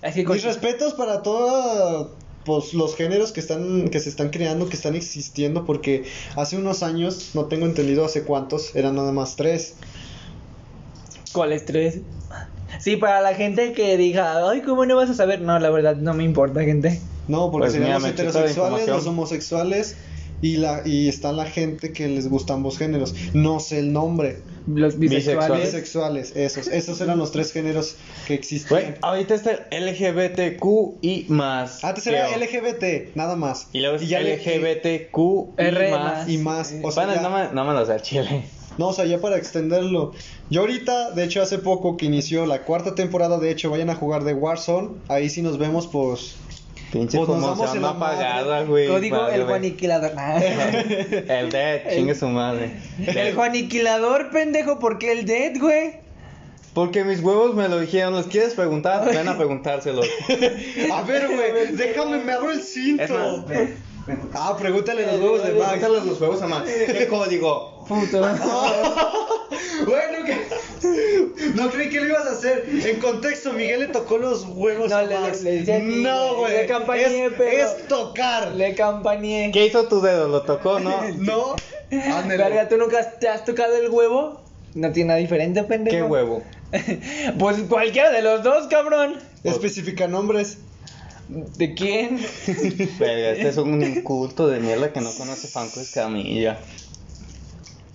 Speaker 3: Es que con-
Speaker 1: Mis respetos para todos pues, los géneros que, están, que se están creando, que están existiendo, porque hace unos años, no tengo entendido hace cuántos, eran nada más tres.
Speaker 3: ¿Cuál estrés? Sí, para la gente que diga, ay, ¿cómo no vas a saber? No, la verdad, no me importa, gente.
Speaker 1: No, porque
Speaker 2: Pues
Speaker 1: serían
Speaker 2: mira,
Speaker 1: los
Speaker 2: me quito la
Speaker 1: heterosexuales,
Speaker 2: información.
Speaker 1: los homosexuales y, la, y está la gente que les gusta ambos géneros. No sé el nombre.
Speaker 3: Los bisexuales.
Speaker 1: Bisexuales, esos. Esos eran los tres géneros que existían.
Speaker 2: Güey, ahorita está el LGBTQ y más.
Speaker 1: Ah, Antes era
Speaker 2: creo.
Speaker 1: LGBT, nada más.
Speaker 2: Y luego es
Speaker 1: ya le-
Speaker 2: LGBTQ y
Speaker 3: R
Speaker 2: más.
Speaker 3: más.
Speaker 1: y más. O sea,
Speaker 2: Bueno,
Speaker 1: ya-
Speaker 2: no, me, no me lo sé al chile.
Speaker 1: no, o sea, ya para extenderlo. Yo ahorita, de hecho, hace poco que inició la cuarta temporada, de hecho, vayan a jugar de Warzone. Ahí sí nos vemos,
Speaker 3: (laughs)
Speaker 1: pues.
Speaker 2: Pinche
Speaker 1: Pues nos
Speaker 2: como
Speaker 1: damos
Speaker 2: se
Speaker 1: en
Speaker 2: llama
Speaker 1: la madre.
Speaker 2: apagada, güey.
Speaker 3: Código
Speaker 2: Vale,
Speaker 3: el
Speaker 2: güey.
Speaker 3: Juaniquilador. Ah. (laughs)
Speaker 2: El Dead, chingue su madre.
Speaker 3: el Juaniquilador, pendejo, ¿por qué el Dead, güey?
Speaker 2: Porque mis huevos me lo dijeron. ¿Los quieres preguntar? Ven a preguntárselos.
Speaker 1: A ver, güey, déjame, me abro el
Speaker 2: Es más,
Speaker 1: cinto.
Speaker 2: ven.
Speaker 1: Ah, pregúntale los huevos de Max.
Speaker 3: (laughs)
Speaker 2: Pregúntales los huevos a Max. ¿Qué código?
Speaker 3: Puto. (laughs)
Speaker 1: Bueno, que. (laughs) No creí que lo ibas a hacer. En contexto, Miguel le tocó los huevos
Speaker 3: No,
Speaker 1: a
Speaker 3: le-
Speaker 1: Max.
Speaker 3: le decía aquí,
Speaker 1: no,
Speaker 3: le-
Speaker 1: güey.
Speaker 3: le campañé,
Speaker 1: es,
Speaker 3: pero-
Speaker 1: es tocar.
Speaker 3: Le campañé.
Speaker 2: ¿Qué hizo tu dedo? ¿Lo tocó, no?
Speaker 1: No. Ándale.
Speaker 3: (laughs) Verga, ¿tú nunca has- te has tocado el huevo? No tiene nada diferente, pendejo.
Speaker 2: ¿Qué huevo?
Speaker 3: pues cualquiera de los dos, cabrón.
Speaker 1: Especifica nombres.
Speaker 3: ¿De (laughs) quién?
Speaker 2: Verga, este es un inculto de mierda que no conoce Franco Escamilla.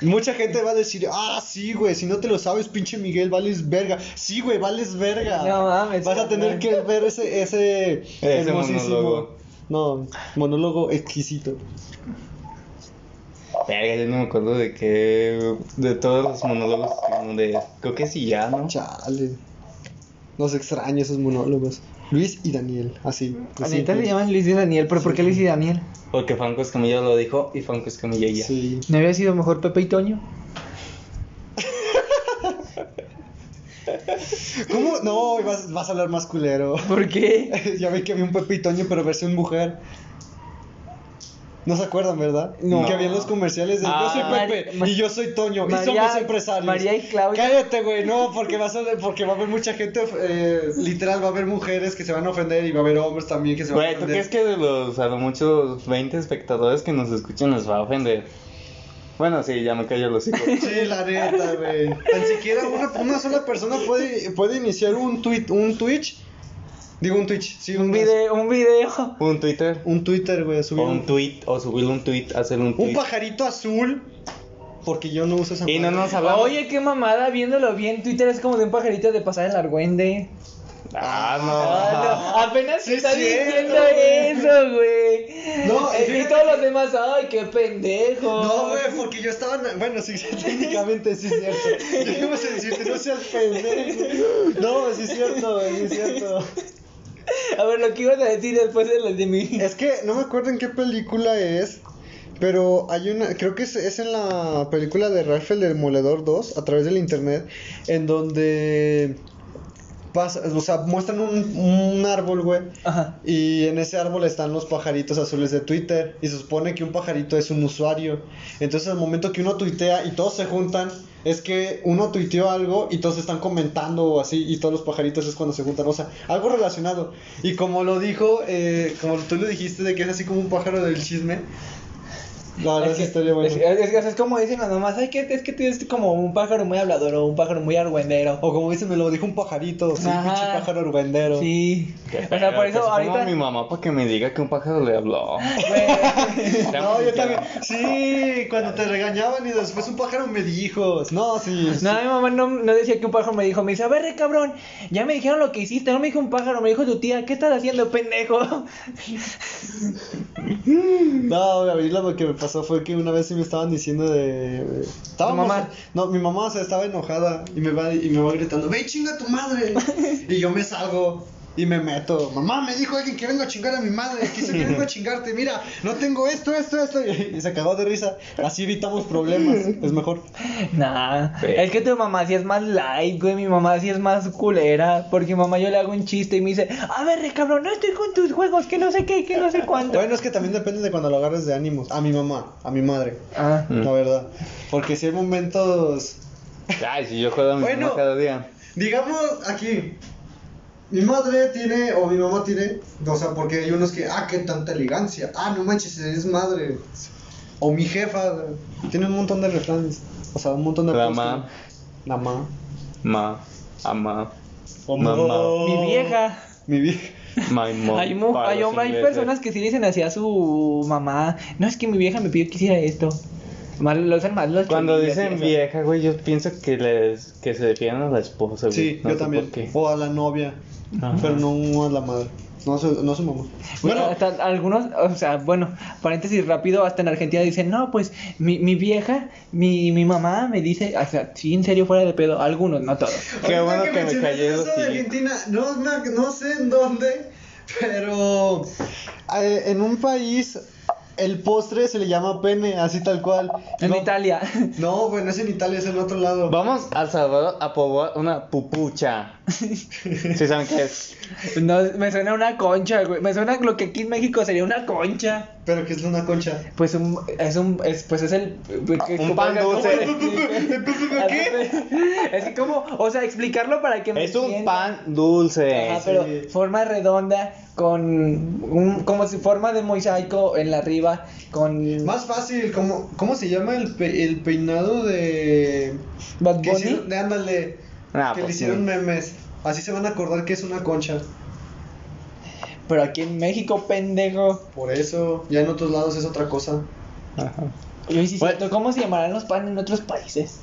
Speaker 1: Mucha gente va a decir, ah, sí, güey, si no te lo sabes, pinche Miguel, vales verga. Sí, güey, vales verga.
Speaker 3: No mames,
Speaker 1: Vas a tener
Speaker 3: cabrón.
Speaker 1: que ver ese, ese,
Speaker 2: Ese monólogo.
Speaker 1: No, monólogo exquisito.
Speaker 2: Verga, yo no me acuerdo de qué. De todos los monólogos que- de. Creo que sí, ya, ¿no?
Speaker 1: Chale. Nos extraña esos monólogos. Luis y Daniel, así. así
Speaker 3: Anita le llaman Luis y Daniel, pero ¿por qué Luis y Daniel?
Speaker 2: Porque Franco Escamilla lo dijo y Franco Escamilla ya.
Speaker 1: pues. Sí.
Speaker 3: ¿No había sido mejor Pepe y Toño?
Speaker 1: ¿Cómo? No, y vas, vas a hablar más culero.
Speaker 3: ¿Por qué?
Speaker 1: (laughs) ya vi que había un Pepitoño, pero versión mujer. No se acuerdan, ¿verdad?
Speaker 3: No.
Speaker 1: Que habían los comerciales de
Speaker 2: Ah.
Speaker 1: Yo soy Pepe
Speaker 3: Mari-
Speaker 1: y yo soy Toño y
Speaker 3: María-
Speaker 1: somos empresarios.
Speaker 3: María y Claudia.
Speaker 1: Cállate, güey, no, porque, vas a, porque va a haber mucha gente, eh, literal, va a haber mujeres que se van a ofender y va a haber hombres también que se van a
Speaker 2: Güey, ¿tú
Speaker 1: ofender.
Speaker 2: crees que de los a lo muchos 20 espectadores que nos escuchan les va a ofender? Bueno, sí, ya me callo los
Speaker 3: (laughs)
Speaker 2: hijos.
Speaker 1: Sí, la neta, güey. Tan siquiera una, una sola persona puede, puede iniciar un tweet, un Twitch. Digo un Twitch, sí,
Speaker 3: Un video, un video.
Speaker 2: Un Twitter.
Speaker 1: Un Twitter, güey,
Speaker 2: O
Speaker 1: subir
Speaker 2: un
Speaker 1: un,
Speaker 2: tweet, o subir un tweet, hacer un
Speaker 1: un
Speaker 2: tweet.
Speaker 1: pajarito azul. Porque yo no uso esa
Speaker 2: Y no
Speaker 1: madre.
Speaker 2: nos hablamos.
Speaker 3: Oye, qué mamada, viéndolo bien, Twitter es como de un pajarito de pasar el argüende.
Speaker 2: Ah, no. (laughs)
Speaker 3: Ah, no, Apenas
Speaker 1: Sí,
Speaker 3: está
Speaker 1: es cierto,
Speaker 3: diciendo
Speaker 1: güey.
Speaker 3: eso, güey.
Speaker 1: No,
Speaker 3: Eh, y
Speaker 1: fíjate
Speaker 3: todos los demás, ay, qué pendejo.
Speaker 1: No, güey, porque yo estaba. na- Bueno, sí, (laughs) sí, técnicamente sí es cierto. Yo iba a decirte, no seas pendejo. No, sí es cierto, güey, sí es cierto.
Speaker 3: A ver, lo que ibas a decir después de las de mí.
Speaker 1: Es que no me acuerdo en qué película es, pero hay una, creo que es, es en la película de Rafael del Demoledor 2, a través del internet, en donde pasa, o sea, muestran un, un árbol, güey.
Speaker 3: Ajá.
Speaker 1: Y en ese árbol están los pajaritos azules de Twitter. Y se supone que un pajarito es un usuario. Entonces, al momento que uno tuitea y todos se juntan, es que uno tuiteó algo y todos están comentando o así. Y todos los pajaritos es cuando se juntan. O sea, algo relacionado. Y como lo dijo, eh, como tú lo dijiste, de que es así como un pájaro del chisme. La verdad,
Speaker 3: Es
Speaker 1: es
Speaker 3: que,
Speaker 1: historia buena.
Speaker 3: es, es- es- es como dicen las mamás, ay, que, es que tú eres como un pájaro muy hablador o un pájaro muy argüendero.
Speaker 1: O como dicen, me lo dijo un pajarito. Sí,
Speaker 3: Ajá.
Speaker 1: pinche pájaro urbendero. (laughs)
Speaker 3: Sí.
Speaker 2: Qué
Speaker 3: O sea,
Speaker 2: feo,
Speaker 3: por
Speaker 2: que
Speaker 3: eso
Speaker 2: se ponga
Speaker 3: ahorita.
Speaker 2: mi mamá para que me diga que un pájaro le habló. (laughs)
Speaker 3: güey, (laughs)
Speaker 1: No, yo también. Sí, cuando te regañaban y después un pájaro me dijo. No, sí.
Speaker 3: No, mi mamá no, no decía que un pájaro me dijo, me dice, a ver, re cabrón, ya me dijeron lo que hiciste, no me dijo un pájaro, me dijo tu tía, ¿qué estás haciendo, pendejo? (laughs)
Speaker 1: No, a mí lo que me pasó fue que una vez sí me estaban diciendo de... Estábamos...
Speaker 3: ¿Tu mamá?
Speaker 1: No, mi mamá, o sea, estaba enojada y me va, y me va gritando, ve y chinga a tu
Speaker 3: (laughs)
Speaker 1: madre. y yo me salgo y me meto. Mamá, me dijo alguien que vengo a chingar a mi madre, que dice que
Speaker 3: (laughs)
Speaker 1: vengo a chingarte, mira, no tengo esto, esto, esto. (laughs) Y, y se cagó de risa. Así evitamos problemas, es mejor.
Speaker 3: Nah,
Speaker 2: Sí.
Speaker 3: es que tu mamá sí es más light, güey, mi mamá sí es más culera, porque mamá yo le hago un chiste y me dice, a ver, re cabrón, no estoy con tus juegos, que no sé qué, que no sé cuánto.
Speaker 1: Bueno, es que también depende de cuando lo agarres de ánimos. A mi mamá, a mi madre,
Speaker 3: Ah.
Speaker 2: Mm.
Speaker 1: la verdad. Porque si hay momentos...
Speaker 2: Ay, si yo juego a mi
Speaker 1: Bueno.
Speaker 2: mamá cada día.
Speaker 1: Digamos aquí, mi madre tiene, o mi mamá tiene, o sea, porque hay unos que, ah, qué tanta elegancia, ah, no manches, es madre. O mi jefa, tiene un montón de refranes, o sea, un montón de
Speaker 2: La
Speaker 1: refranes
Speaker 2: ma.
Speaker 1: que- La ma.
Speaker 2: Ma, ama,
Speaker 1: O
Speaker 2: Mamá.
Speaker 1: no.
Speaker 3: Mi vieja.
Speaker 1: Mi vieja.
Speaker 2: my mom.
Speaker 3: Hay, mu-
Speaker 2: para
Speaker 3: hay,
Speaker 2: los
Speaker 3: hom- hay
Speaker 2: ingleses.
Speaker 3: personas que sí dicen así a su mamá, no es que mi vieja me pidió que hiciera esto. Más los hermanos, los
Speaker 2: Cuando
Speaker 3: chilillos y
Speaker 2: dicen
Speaker 3: eso.
Speaker 2: vieja, güey, yo pienso que les que se refieren a la esposa, güey.
Speaker 1: Sí,
Speaker 2: No
Speaker 1: yo
Speaker 2: sé
Speaker 1: también.
Speaker 2: por qué.
Speaker 1: O a la novia,
Speaker 2: Ajá.
Speaker 1: pero no a la madre. No a su, no a su mamá.
Speaker 3: Bueno,
Speaker 1: Bueno,
Speaker 3: (laughs) hasta algunos, o sea, bueno, paréntesis rápido, hasta en Argentina dicen, no, pues mi, mi vieja, mi, mi mamá me dice, o sea, sí, en serio, fuera de pedo, algunos, no todos.
Speaker 2: Qué
Speaker 1: Ahorita
Speaker 2: bueno que me
Speaker 1: mencionaste
Speaker 2: callé los
Speaker 1: eso de
Speaker 2: hijos.
Speaker 1: Argentina, no, no, no sé en dónde, pero eh, en un país el postre se le llama pene, así tal cual.
Speaker 3: En
Speaker 1: No-
Speaker 3: Italia. (laughs)
Speaker 1: No, güey, no es en Italia, es en otro lado.
Speaker 2: Vamos al Salvador a probar una pupucha. ¿Sí saben qué es?
Speaker 3: No, me suena una concha, güey. Me suena lo que aquí en México sería una concha.
Speaker 1: Pero que es una concha.
Speaker 3: Pues un, es un, es, pues es el...
Speaker 2: Un pan
Speaker 1: (laughs)
Speaker 3: (laughs)
Speaker 2: dulce.
Speaker 1: ¿Qué?
Speaker 3: Es que como, o sea, explicarlo para que me
Speaker 2: Es un
Speaker 3: entiendan.
Speaker 2: pan dulce.
Speaker 3: Ajá, pero
Speaker 1: sí.
Speaker 3: forma redonda con un, como si forma de mosaico en la arriba con
Speaker 1: Más fácil, ¿cómo, cómo se llama el, pe- el peinado de...
Speaker 3: Bad
Speaker 1: que
Speaker 3: Bunny?
Speaker 1: hicieron- de- ándale,
Speaker 2: Ah,
Speaker 1: que le
Speaker 2: pues,
Speaker 1: hicieron
Speaker 2: sí.
Speaker 1: memes. Así se van a acordar que es una concha.
Speaker 3: Pero aquí en México, pendejo.
Speaker 1: Por eso, ya en otros lados es otra cosa.
Speaker 2: Ajá.
Speaker 3: Yo sí
Speaker 2: Bueno.
Speaker 3: siento, ¿cómo se llamarán los panes en otros países?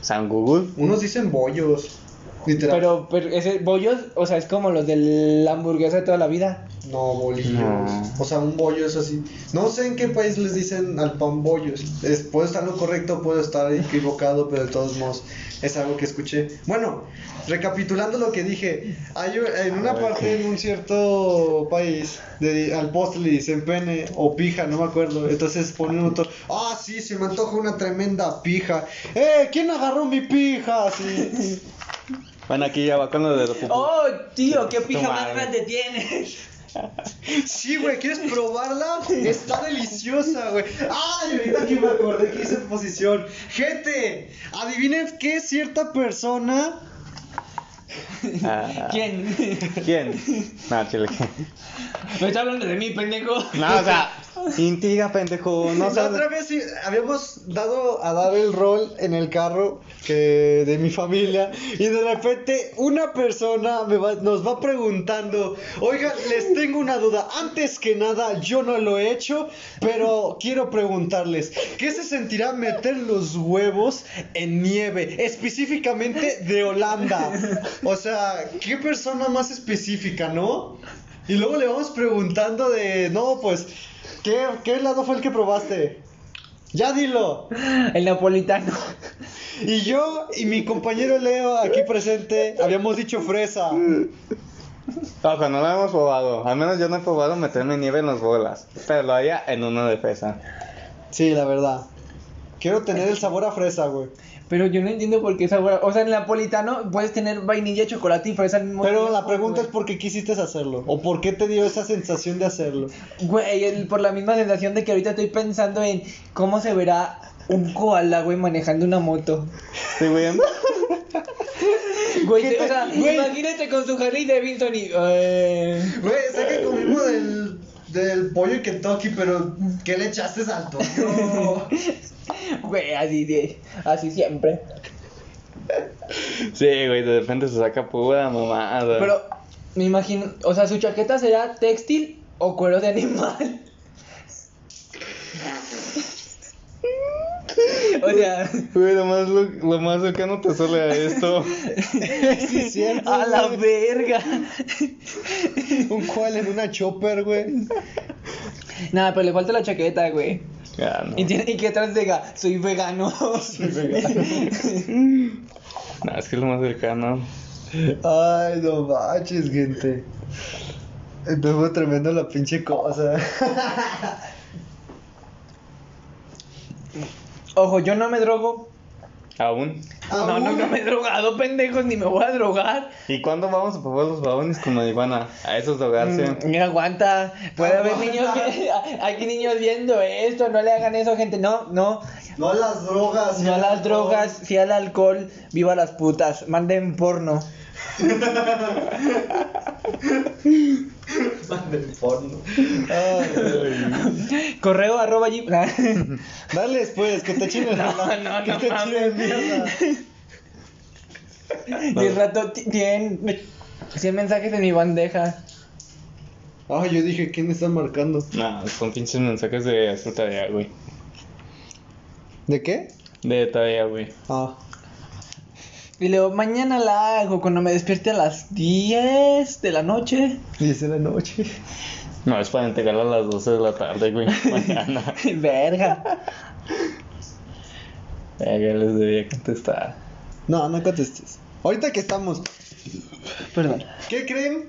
Speaker 2: San Google.
Speaker 1: Unos dicen bollos. Literal.
Speaker 3: Pero, pero ese bollos, o sea, es como los de la hamburguesa de toda la vida.
Speaker 1: No, bolillos.
Speaker 2: No.
Speaker 1: O sea, un bollo es así. No sé en qué país les dicen al pan bollos. Es- puedo estar en lo correcto, puedo estar equivocado, pero de todos modos es algo que escuché. Bueno, recapitulando lo que dije, hay u- en una
Speaker 2: A ver,
Speaker 1: parte en un cierto país de- al postre le dicen pene o pija, no me acuerdo. Entonces ponen un autor, ah, sí, se me antoja una tremenda pija. ¡Eh, quién agarró mi pija! Sí.
Speaker 2: Bueno, aquí ya va con lo de los pupus.
Speaker 3: ¡Oh, tío! ¡Qué
Speaker 2: Tu
Speaker 3: pija más
Speaker 2: madre.
Speaker 3: grande tienes!
Speaker 1: Sí, güey, ¿quieres
Speaker 2: (laughs)
Speaker 1: probarla? Está deliciosa, güey. Ay, ahorita que me acordé que hice posición. Gente, adivinen qué cierta persona.
Speaker 2: Ah,
Speaker 3: (laughs) ¿Quién?
Speaker 2: ¿Quién? No, chile. ¿quién?
Speaker 3: Me está hablando de mí, pendejo.
Speaker 2: No, o sea, intriga, pendejo. No
Speaker 1: la
Speaker 2: sabes.
Speaker 1: otra vez sí, habíamos dado a dar el rol en el carro que de mi familia y de repente una persona me va- nos va preguntando, oigan, les tengo una duda. Antes que nada, yo no lo he hecho, pero quiero preguntarles, ¿qué se sentirá meter los huevos en nieve, específicamente de Holanda? O sea, ¿qué persona más específica, no? Y luego le vamos preguntando de, no, pues, ¿qué, qué helado fue el que probaste? Ya dilo.
Speaker 3: El napolitano.
Speaker 1: Y yo y mi compañero Leo aquí presente habíamos dicho fresa.
Speaker 2: Ojo, no lo hemos probado. Al menos yo no he probado meterme nieve en las bolas. Pero lo haría en una de fresa.
Speaker 1: Sí, la verdad. Quiero tener el sabor a fresa, güey.
Speaker 3: Pero yo no entiendo por qué sabor. O sea, el napolitano puedes tener vainilla, chocolate y fresa al mismo
Speaker 1: Pero
Speaker 3: tiempo,
Speaker 1: la pregunta es
Speaker 3: güey.
Speaker 1: por qué quisiste hacerlo o por qué te dio esa sensación de hacerlo.
Speaker 3: Güey, el- por la misma sensación de que ahorita estoy pensando en cómo se verá un koala, güey, manejando una moto.
Speaker 2: Sí, güey.
Speaker 3: Güey,
Speaker 1: ¿Qué
Speaker 3: te-
Speaker 1: te-
Speaker 3: o sea,
Speaker 1: güey?
Speaker 3: imagínate con su Harley Davidson y... eh,
Speaker 1: Güey, sé que comimos del, del pollo y Kentucky, pero ¿qué le echaste al pollo?
Speaker 3: Güey, así, de- así siempre.
Speaker 2: Sí, güey, de repente se saca pura mamada.
Speaker 3: Pero me imagino, o sea, su chaqueta será textil o cuero de animal. (laughs) o sea,
Speaker 2: Güey, lo más, lo, lo más cercano te sale a
Speaker 3: (laughs)
Speaker 2: esto.
Speaker 1: sí, es (laughs) cierto.
Speaker 3: a la
Speaker 1: güey.
Speaker 3: verga.
Speaker 1: Un cual en una chopper, güey.
Speaker 3: Nada, pero le falta la chaqueta, güey.
Speaker 2: Ya, Ah, no.
Speaker 3: Y, tiene, y que atrás diga, soy vegano.
Speaker 2: No, es que es lo más cercano.
Speaker 1: Ay, no manches, gente. Estuvo tremendo la pinche cosa.
Speaker 3: (laughs) Ojo, yo no me drogo.
Speaker 2: ¿Aún?
Speaker 1: Ah,
Speaker 3: No, no, no me he drogado, pendejos, ni me voy a drogar.
Speaker 2: ¿Y cuándo vamos a probar los babones con marihuana? A esos drogarse.
Speaker 3: Mm, Mira, aguanta. Puede haber niños. (laughs) Aquí niños viendo esto. No le hagan eso, gente. No, no.
Speaker 1: No a las drogas.
Speaker 3: No a las drogas. Sí al alcohol. Viva las putas. Manden porno.
Speaker 1: Manden porno. Ay,
Speaker 3: Correo arroba gmail-
Speaker 1: Dale, pues, que te echen el
Speaker 3: (laughs) No, no,
Speaker 1: que
Speaker 3: no
Speaker 1: te
Speaker 3: mames.
Speaker 1: echen mierda.
Speaker 3: (laughs) Y el rato ti- tienen me- 100 mensajes en mi bandeja.
Speaker 1: Ay, Ah, yo dije, ¿quién está marcando?
Speaker 2: No, son pinches mensajes de hacer tarea, güey.
Speaker 1: ¿De qué?
Speaker 2: De tarea, güey.
Speaker 1: Ah.
Speaker 3: Y luego, mañana la hago cuando me despierte a las 10 de la noche. (laughs)
Speaker 1: 10 de la noche.
Speaker 2: No, es para entregarla a las 12 de la tarde, güey. (laughs)
Speaker 3: (laughs)
Speaker 2: Mañana.
Speaker 3: Verga.
Speaker 2: Ya que les debía contestar.
Speaker 1: No, no contestes. Ahorita que estamos,
Speaker 3: Perdón.
Speaker 1: ¿qué creen?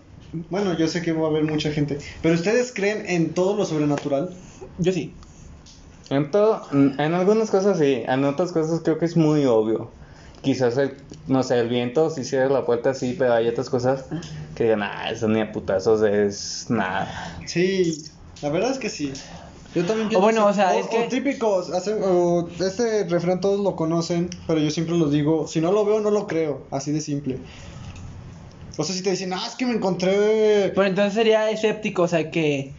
Speaker 1: Bueno, yo sé que va a haber mucha gente, pero ¿ustedes creen en todo lo sobrenatural?
Speaker 3: Yo sí.
Speaker 2: En todo, en algunas cosas sí, en otras cosas creo que es muy obvio. Quizás el, no sé, el viento si cierra la puerta sí, pero hay otras cosas que digan, ah, eso ni a putazos es nada.
Speaker 1: Sí, la verdad es que sí. Yo también
Speaker 3: O bueno, o sea, es
Speaker 1: o
Speaker 3: que-
Speaker 1: típicos, hace- o este refrán todos lo conocen, pero yo siempre los digo, si no lo veo, no lo creo, así de simple. O sea, si te dicen, ah, es que me encontré
Speaker 3: Pero entonces sería escéptico, o sea que.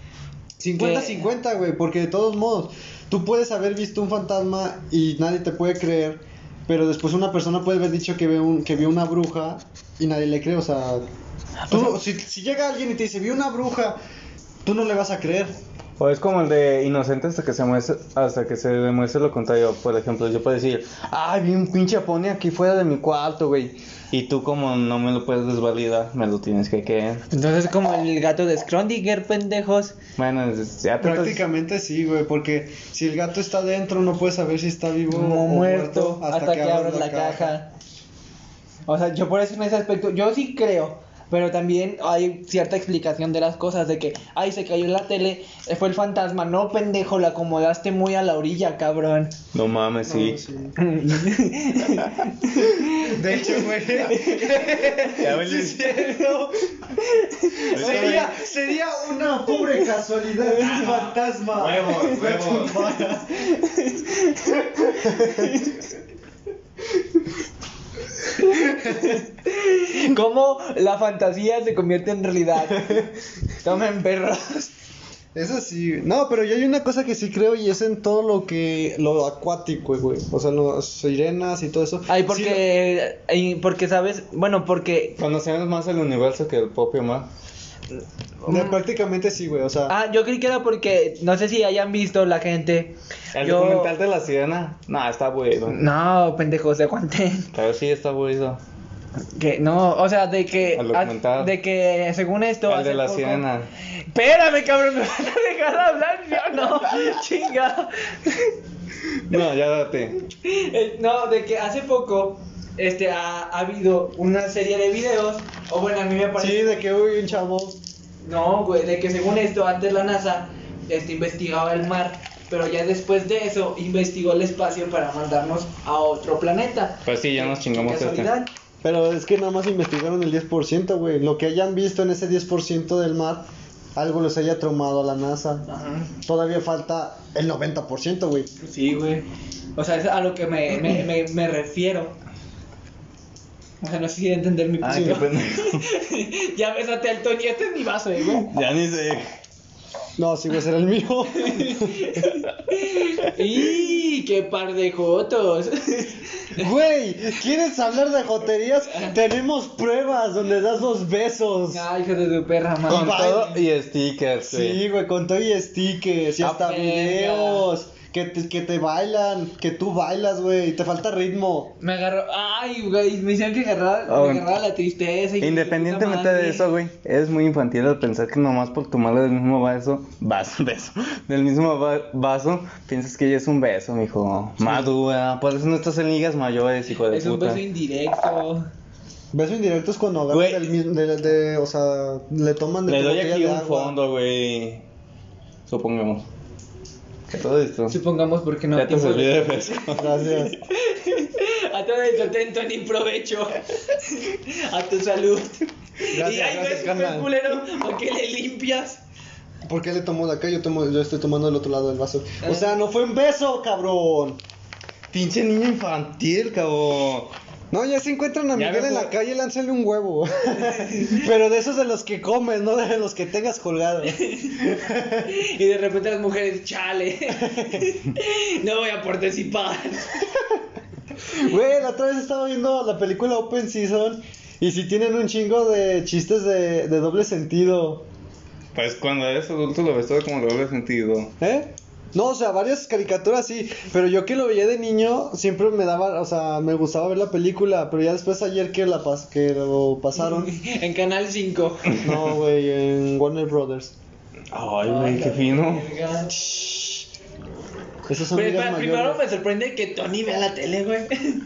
Speaker 1: 50-50, güey, porque de todos modos, tú puedes haber visto un fantasma y nadie te puede creer, pero después una persona puede haber dicho que, ve un, que vio una bruja y nadie le cree, o sea, tú, si, si llega alguien y te dice, vi una bruja, tú no le vas a creer.
Speaker 2: O es como el de inocente hasta que se muestre, hasta que se demuestre lo contrario. Por ejemplo, yo puedo decir, ay, vi un pinche pony aquí fuera de mi cuarto, güey. Y tú como no me lo puedes desvalidar, me lo tienes que creer.
Speaker 3: Entonces, como el gato de Scrondinger, pendejos.
Speaker 2: Bueno, es- ya te estás-
Speaker 1: Prácticamente sí, güey, porque si el gato está dentro no puedes saber si está vivo
Speaker 3: Como
Speaker 1: o
Speaker 3: muerto, hasta, que abras la, caja. O sea, yo por eso en ese aspecto, yo sí creo, Pero también hay cierta explicación de las cosas, de que, ay, se cayó la tele, eh, fue el fantasma, no pendejo, la acomodaste muy a la orilla, cabrón.
Speaker 2: No mames, sí.
Speaker 5: De hecho, güey.
Speaker 2: (laughs) Ya ves, Luis. Luis,
Speaker 5: Sería,
Speaker 1: (laughs) sería una pobre casualidad (laughs) un fantasma.
Speaker 5: Huevos, huevos.
Speaker 3: ¿Cómo la fantasía se convierte en realidad? Tomen perros.
Speaker 1: Eso sí, güey. no, pero yo hay una cosa que sí creo y es en todo lo que, lo acuático, güey. O sea, las sirenas y todo eso.
Speaker 3: Ay,
Speaker 1: Sí,
Speaker 3: porque, ay, porque sabes, bueno, porque...
Speaker 2: Conocemos más el universo que el propio mar.
Speaker 1: lo- de- prácticamente sí, güey. O sea,
Speaker 3: Ah, yo creí que era porque, no sé si hayan visto la gente.
Speaker 2: El
Speaker 3: yo-
Speaker 2: documental de la sirena, no, está aburrido.
Speaker 3: No, pendejos, se aguanten.
Speaker 2: Pero sí está aburrido.
Speaker 3: Que no, o sea, de que
Speaker 2: Al documental.
Speaker 3: de que según esto
Speaker 2: El
Speaker 3: hace
Speaker 2: de la
Speaker 3: poco-
Speaker 2: sirena.
Speaker 3: Espérame, cabrón, me vas a dejar hablar, yo no, chinga.
Speaker 2: No, ya date.
Speaker 3: Eh, No, de que hace poco este ha, ha habido una serie de videos o bueno, a mí me parece
Speaker 1: sí, de que uy, un chavo.
Speaker 3: No, güey, de que según esto, antes la NASA este, investigaba el mar, pero ya después de eso investigó el espacio para mandarnos a otro planeta.
Speaker 2: Pues sí, ya nos chingamos
Speaker 3: Qué
Speaker 2: este.
Speaker 3: casualidad.
Speaker 1: Pero es que nada más investigaron el 10%, güey. Lo que hayan visto en ese 10% del mar, algo les haya tromado a la NASA.
Speaker 3: Ajá.
Speaker 1: Todavía falta el 90%, güey.
Speaker 3: Sí, güey. O sea, es a lo que me, me, me, me refiero. O sea, no sé si de entender mi
Speaker 2: Ay, Ah, qué
Speaker 3: (laughs) punto.
Speaker 2: pendejo.
Speaker 3: ya besate al Tony, este es mi vaso, eh, güey.
Speaker 2: (laughs) Ya ni sé.
Speaker 1: No, sí, güey, será el
Speaker 2: (laughs)
Speaker 1: mío.
Speaker 3: ¡Y qué par de
Speaker 2: (laughs)
Speaker 3: jotos!
Speaker 1: Güey, ¿quieres hablar de joterías? Tenemos pruebas donde das dos besos.
Speaker 2: Ah,
Speaker 3: Ay, hijo de tu perra,
Speaker 2: Con
Speaker 3: madre.
Speaker 1: Bye.
Speaker 2: todo y stickers.
Speaker 1: Sí, güey, con todo y stickers y
Speaker 3: Ah,
Speaker 1: hasta
Speaker 3: verga.
Speaker 1: videos. Que te, que te bailan, que tú bailas, güey. Te falta ritmo.
Speaker 3: Me agarró. Ay, güey, me hicieron que agarrar,
Speaker 2: Oh,
Speaker 3: me agarrara la tristeza. y-
Speaker 2: Independientemente
Speaker 3: puta madre.
Speaker 2: de eso, güey, es muy infantil al pensar que nomás por tomarle del mismo vaso, vaso, (laughs) beso, del mismo va- vaso, piensas que ya es un beso, mijo. Madura, por eso no estás en ligas mayores, hijo de
Speaker 3: Es un
Speaker 2: puta.
Speaker 3: beso indirecto.
Speaker 1: Beso indirecto es cuando agarras
Speaker 2: Güey.
Speaker 1: del mismo. De, de- o sea, le toman de
Speaker 2: Le
Speaker 1: tu
Speaker 2: doy
Speaker 1: botella
Speaker 2: aquí
Speaker 1: de
Speaker 2: un
Speaker 1: agua.
Speaker 2: fondo, güey. Supongamos. Que todo esto.
Speaker 3: Supongamos porque no.
Speaker 2: ya te
Speaker 3: tiempo
Speaker 2: serví
Speaker 3: de-
Speaker 2: de beso.
Speaker 1: Gracias.
Speaker 3: A todo el detento ni provecho. A tu salud. y ay,
Speaker 1: gracias,
Speaker 3: ves,
Speaker 1: carnal.
Speaker 3: ves, culero, ¿por qué le limpias?
Speaker 1: ¿Por qué le tomó de acá? Yo, tomo, yo estoy tomando del otro lado del vaso.
Speaker 3: Ah.
Speaker 2: Eh.
Speaker 1: O sea, no fue un beso, cabrón.
Speaker 2: (laughs) Pinche niño infantil, cabrón.
Speaker 1: No, ya se encuentran a
Speaker 2: Ya
Speaker 1: Miguel
Speaker 2: me
Speaker 1: en
Speaker 2: fue-
Speaker 1: la calle, lánzale un
Speaker 3: (laughs)
Speaker 1: huevo. (laughs) Pero de esos de los que comes, no de los que tengas colgado.
Speaker 3: Y de repente las mujeres, chale. (laughs) no voy a participar.
Speaker 1: Güey, la otra vez estaba viendo la película Open Season y si tienen un chingo de chistes de, de doble sentido.
Speaker 2: Pues cuando eres adulto lo ves todo como lo doble sentido.
Speaker 1: ¿Eh? No, o sea, varias caricaturas sí, pero yo que lo veía de niño siempre me daba, o sea, me gustaba ver la película, pero ya después ayer que la pas que lo
Speaker 3: (laughs)
Speaker 1: pasaron,
Speaker 3: en Canal 5.
Speaker 1: no, güey, en Warner Brothers.
Speaker 2: Ay, güey, qué fino.
Speaker 3: Verga.
Speaker 1: Esos son
Speaker 3: Pero
Speaker 1: ligas
Speaker 3: espera,
Speaker 1: mayores.
Speaker 3: primero me sorprende que Tony vea la tele, güey. (laughs)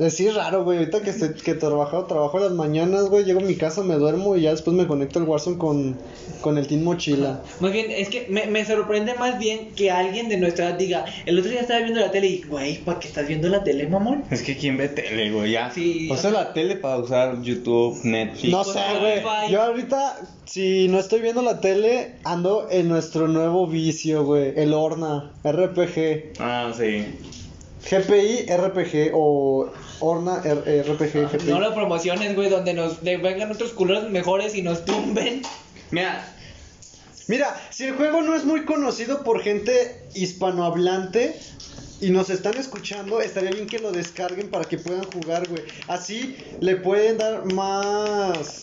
Speaker 1: Eh, Sí, es raro, güey. Ahorita que estoy, que trabajo, trabajo en las mañanas, güey. Llego a mi casa, me duermo y ya después me conecto al Warzone con, con el Team Mochila.
Speaker 3: Más bien, es que me, me sorprende más bien que alguien de nuestra edad diga, el otro día estaba viendo la tele y, güey, ¿para qué estás viendo la tele, mamón?
Speaker 2: Es que quién ve tele, güey, ya.
Speaker 3: Sí.
Speaker 2: Usa la tele para usar YouTube, Netflix.
Speaker 1: No
Speaker 3: con
Speaker 1: sé, güey.
Speaker 3: Spotify.
Speaker 1: Yo ahorita, si no estoy viendo la tele, ando en nuestro nuevo vicio, güey. El Horna, RPG.
Speaker 2: Ah, sí.
Speaker 1: GPI, RPG o Horna, R- RPG, GPI.
Speaker 3: No lo promociones, güey, donde nos de- vengan otros culeros mejores y nos tumben.
Speaker 2: Mira,
Speaker 1: Mira, si el juego no es muy conocido por gente hispanohablante y nos están escuchando, estaría bien que lo descarguen para que puedan jugar, güey. Así le pueden dar más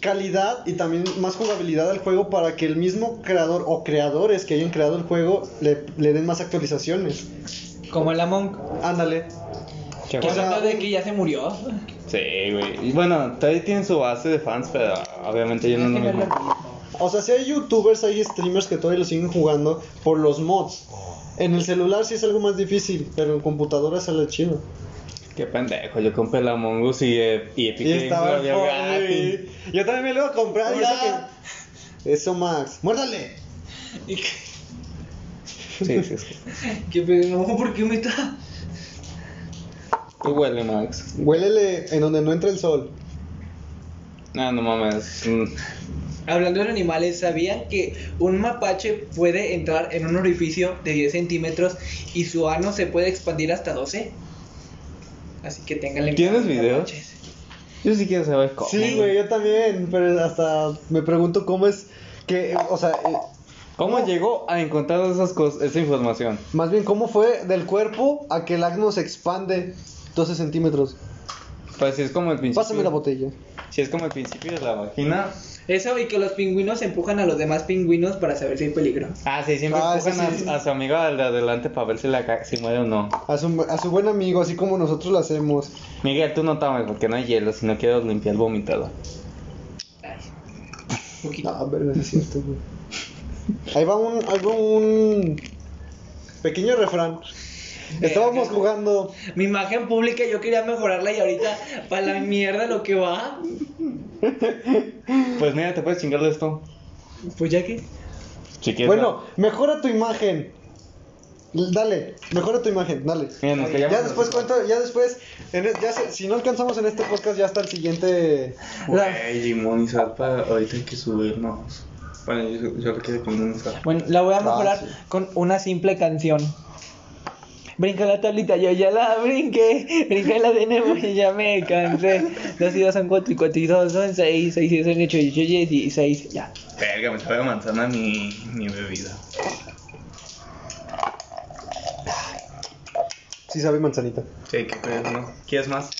Speaker 1: calidad y también más jugabilidad al juego para que el mismo creador o creadores que hayan creado el juego le, le den más actualizaciones.
Speaker 3: Como el Among.
Speaker 1: Ándale.
Speaker 2: ¿qué
Speaker 3: Que
Speaker 1: O
Speaker 2: pasa?
Speaker 1: sea,
Speaker 3: son los de que ya se murió.
Speaker 2: Sí, güey. Y bueno, todavía tienen su base de fans, pero obviamente yo no lo mismo.
Speaker 1: O sea, si hay youtubers, hay streamers que todavía lo siguen jugando por los mods. En el celular sí es algo más difícil, pero en computadora sale chido.
Speaker 2: Qué pendejo, yo compré la Among Us y, eh, y Epic
Speaker 1: Y
Speaker 2: Games
Speaker 1: estaba
Speaker 2: lo dio gratis.
Speaker 1: el Yo también me lo iba a comprar. y
Speaker 3: Hola.
Speaker 1: eso que- Eso, Max. Muérdale.
Speaker 2: Sí, sí, sí.
Speaker 3: (laughs) ¿Qué pedo? No, ¿por qué me está?
Speaker 2: Tú huele, Max.
Speaker 1: Huélele en donde no entra el sol.
Speaker 2: No, no mames. Mm.
Speaker 3: Hablando de animales, ¿sabían que un mapache puede entrar en un orificio de 10 centímetros y su ano se puede expandir hasta 12? Así que ténganle
Speaker 2: ¿Tienes
Speaker 3: cuidado,
Speaker 2: video?
Speaker 3: mapaches.
Speaker 2: Yo sí quiero saber cómo.
Speaker 1: Sí, güey, yo también. Pero hasta me pregunto cómo es que, o sea, eh,
Speaker 2: ¿Cómo llegó a encontrar esas cosas, esa información?
Speaker 1: más bien cómo fue del cuerpo a que el acno se expande 12 centímetros.
Speaker 2: Pues si es como el principio.
Speaker 1: Pásame la botella.
Speaker 2: Si es como el principio de la vagina.
Speaker 3: Eso y que los pingüinos empujan a los demás pingüinos para saber si hay peligro.
Speaker 2: Ah, sí, siempre
Speaker 1: Ah,
Speaker 2: empujan
Speaker 1: sí, sí.
Speaker 2: A, a su amigo al de adelante para ver si, la, ca- si muere o no.
Speaker 1: A su, a su buen amigo, así como nosotros lo hacemos.
Speaker 2: Miguel, tú no tomes porque no hay hielo, si no quiero limpiar el vomitado.
Speaker 3: Ay, un poquito.
Speaker 1: No, pero no es cierto, güey. Ahí va un, ahí va un pequeño refrán. Estábamos jugando.
Speaker 3: Eh, Mi imagen pública yo quería mejorarla y ahorita para la mierda lo que va.
Speaker 2: Pues mira, te puedes chingar de esto.
Speaker 3: Pues ya que.
Speaker 2: Si quieres.
Speaker 1: Bueno, mejora tu imagen. L- Dale, mejora tu imagen, dale.
Speaker 2: Mira, nos
Speaker 1: Ya,
Speaker 2: callamos
Speaker 1: después
Speaker 2: nosotros.
Speaker 1: cuento, ya después, en el- ya se- si no alcanzamos en este podcast, ya hasta el siguiente.
Speaker 3: La,
Speaker 5: Güey, limón y sal para ahorita hay que subirnos. Bueno, yo, yo le quiero con limón y sal.
Speaker 3: bueno, la voy a
Speaker 1: Ah,
Speaker 3: mejorar
Speaker 1: sí.
Speaker 3: con una simple canción. Brinca la tablita, yo ya la brinqué. Brinca la de nuevo y ya me cansé. Dos y dos son cuatro y cuatro y dos son seis. Seis y dos son ocho y ocho y dieciséis. Ya.
Speaker 5: Verga, me sabe a manzana mi, mi bebida.
Speaker 1: Sí sabe manzanita.
Speaker 5: Sí, qué pedo, ¿no? ¿Quieres más?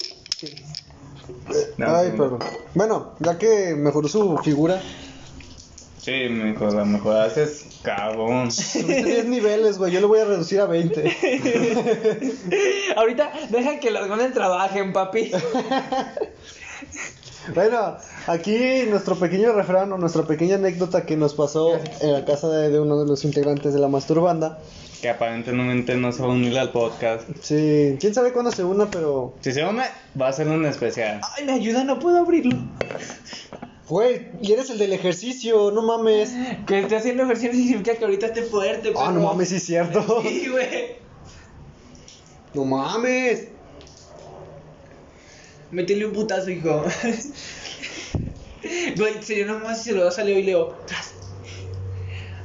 Speaker 5: No,
Speaker 1: Ay,
Speaker 5: sí.
Speaker 1: perdón. Bueno, ya que mejoró su figura,
Speaker 5: Sí, me la
Speaker 2: Ah,
Speaker 5: mejoraste, cabrón.
Speaker 1: subiste 10 niveles, güey. Yo lo voy a reducir a 20.
Speaker 3: Ahorita deja que los goles trabajen, papi.
Speaker 1: Bueno, aquí nuestro pequeño refrán o nuestra pequeña anécdota que nos pasó en la casa de, de uno de los integrantes de la Masturbanda.
Speaker 2: Que aparentemente no se va a unir al podcast.
Speaker 1: Sí, quién sabe cuándo se una, pero.
Speaker 2: Si se une, va a ser un especial.
Speaker 3: Ay, me ayuda, no puedo abrirlo.
Speaker 1: Güey, y eres el del ejercicio, no mames.
Speaker 3: Que esté haciendo ejercicio significa que ahorita esté fuerte,
Speaker 1: Ah, no
Speaker 3: perro.
Speaker 1: mames, sí es cierto.
Speaker 3: (laughs) Sí, güey.
Speaker 1: No mames.
Speaker 3: Métele un putazo, hijo. Güey, sería nomás si se lo das a Leo y Leo. tras.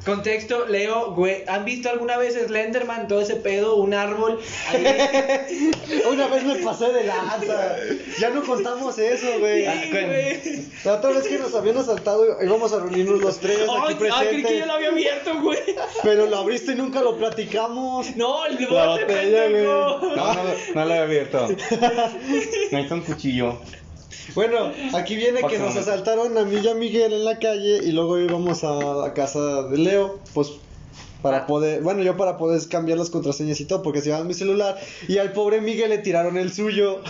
Speaker 3: Contexto, Leo, güey, ¿han visto alguna vez Slenderman, todo ese pedo, un árbol? Ahí-
Speaker 1: Una vez me pasé de lanza. Ya no contamos eso, güey.
Speaker 3: Sí, güey.
Speaker 1: La otra vez que nos habían asaltado, íbamos a reunirnos los tres aquí
Speaker 3: Ay, ah, creí que
Speaker 1: presentes.
Speaker 3: yo lo había abierto, güey.
Speaker 1: Pero lo abriste y nunca lo platicamos.
Speaker 3: No, el
Speaker 2: La
Speaker 3: bote,
Speaker 2: botella,
Speaker 3: pendejo.
Speaker 2: güey. No, no, no la he abierto. Necesito un cuchillo.
Speaker 1: Bueno, aquí viene que nos asaltaron a mí y a Miguel en la calle y luego íbamos a la casa de Leo, pues
Speaker 3: Ah.
Speaker 1: para poder, bueno, yo para poder cambiar las contraseñas y todo, porque se llevaban mi celular y al pobre Miguel le tiraron el suyo.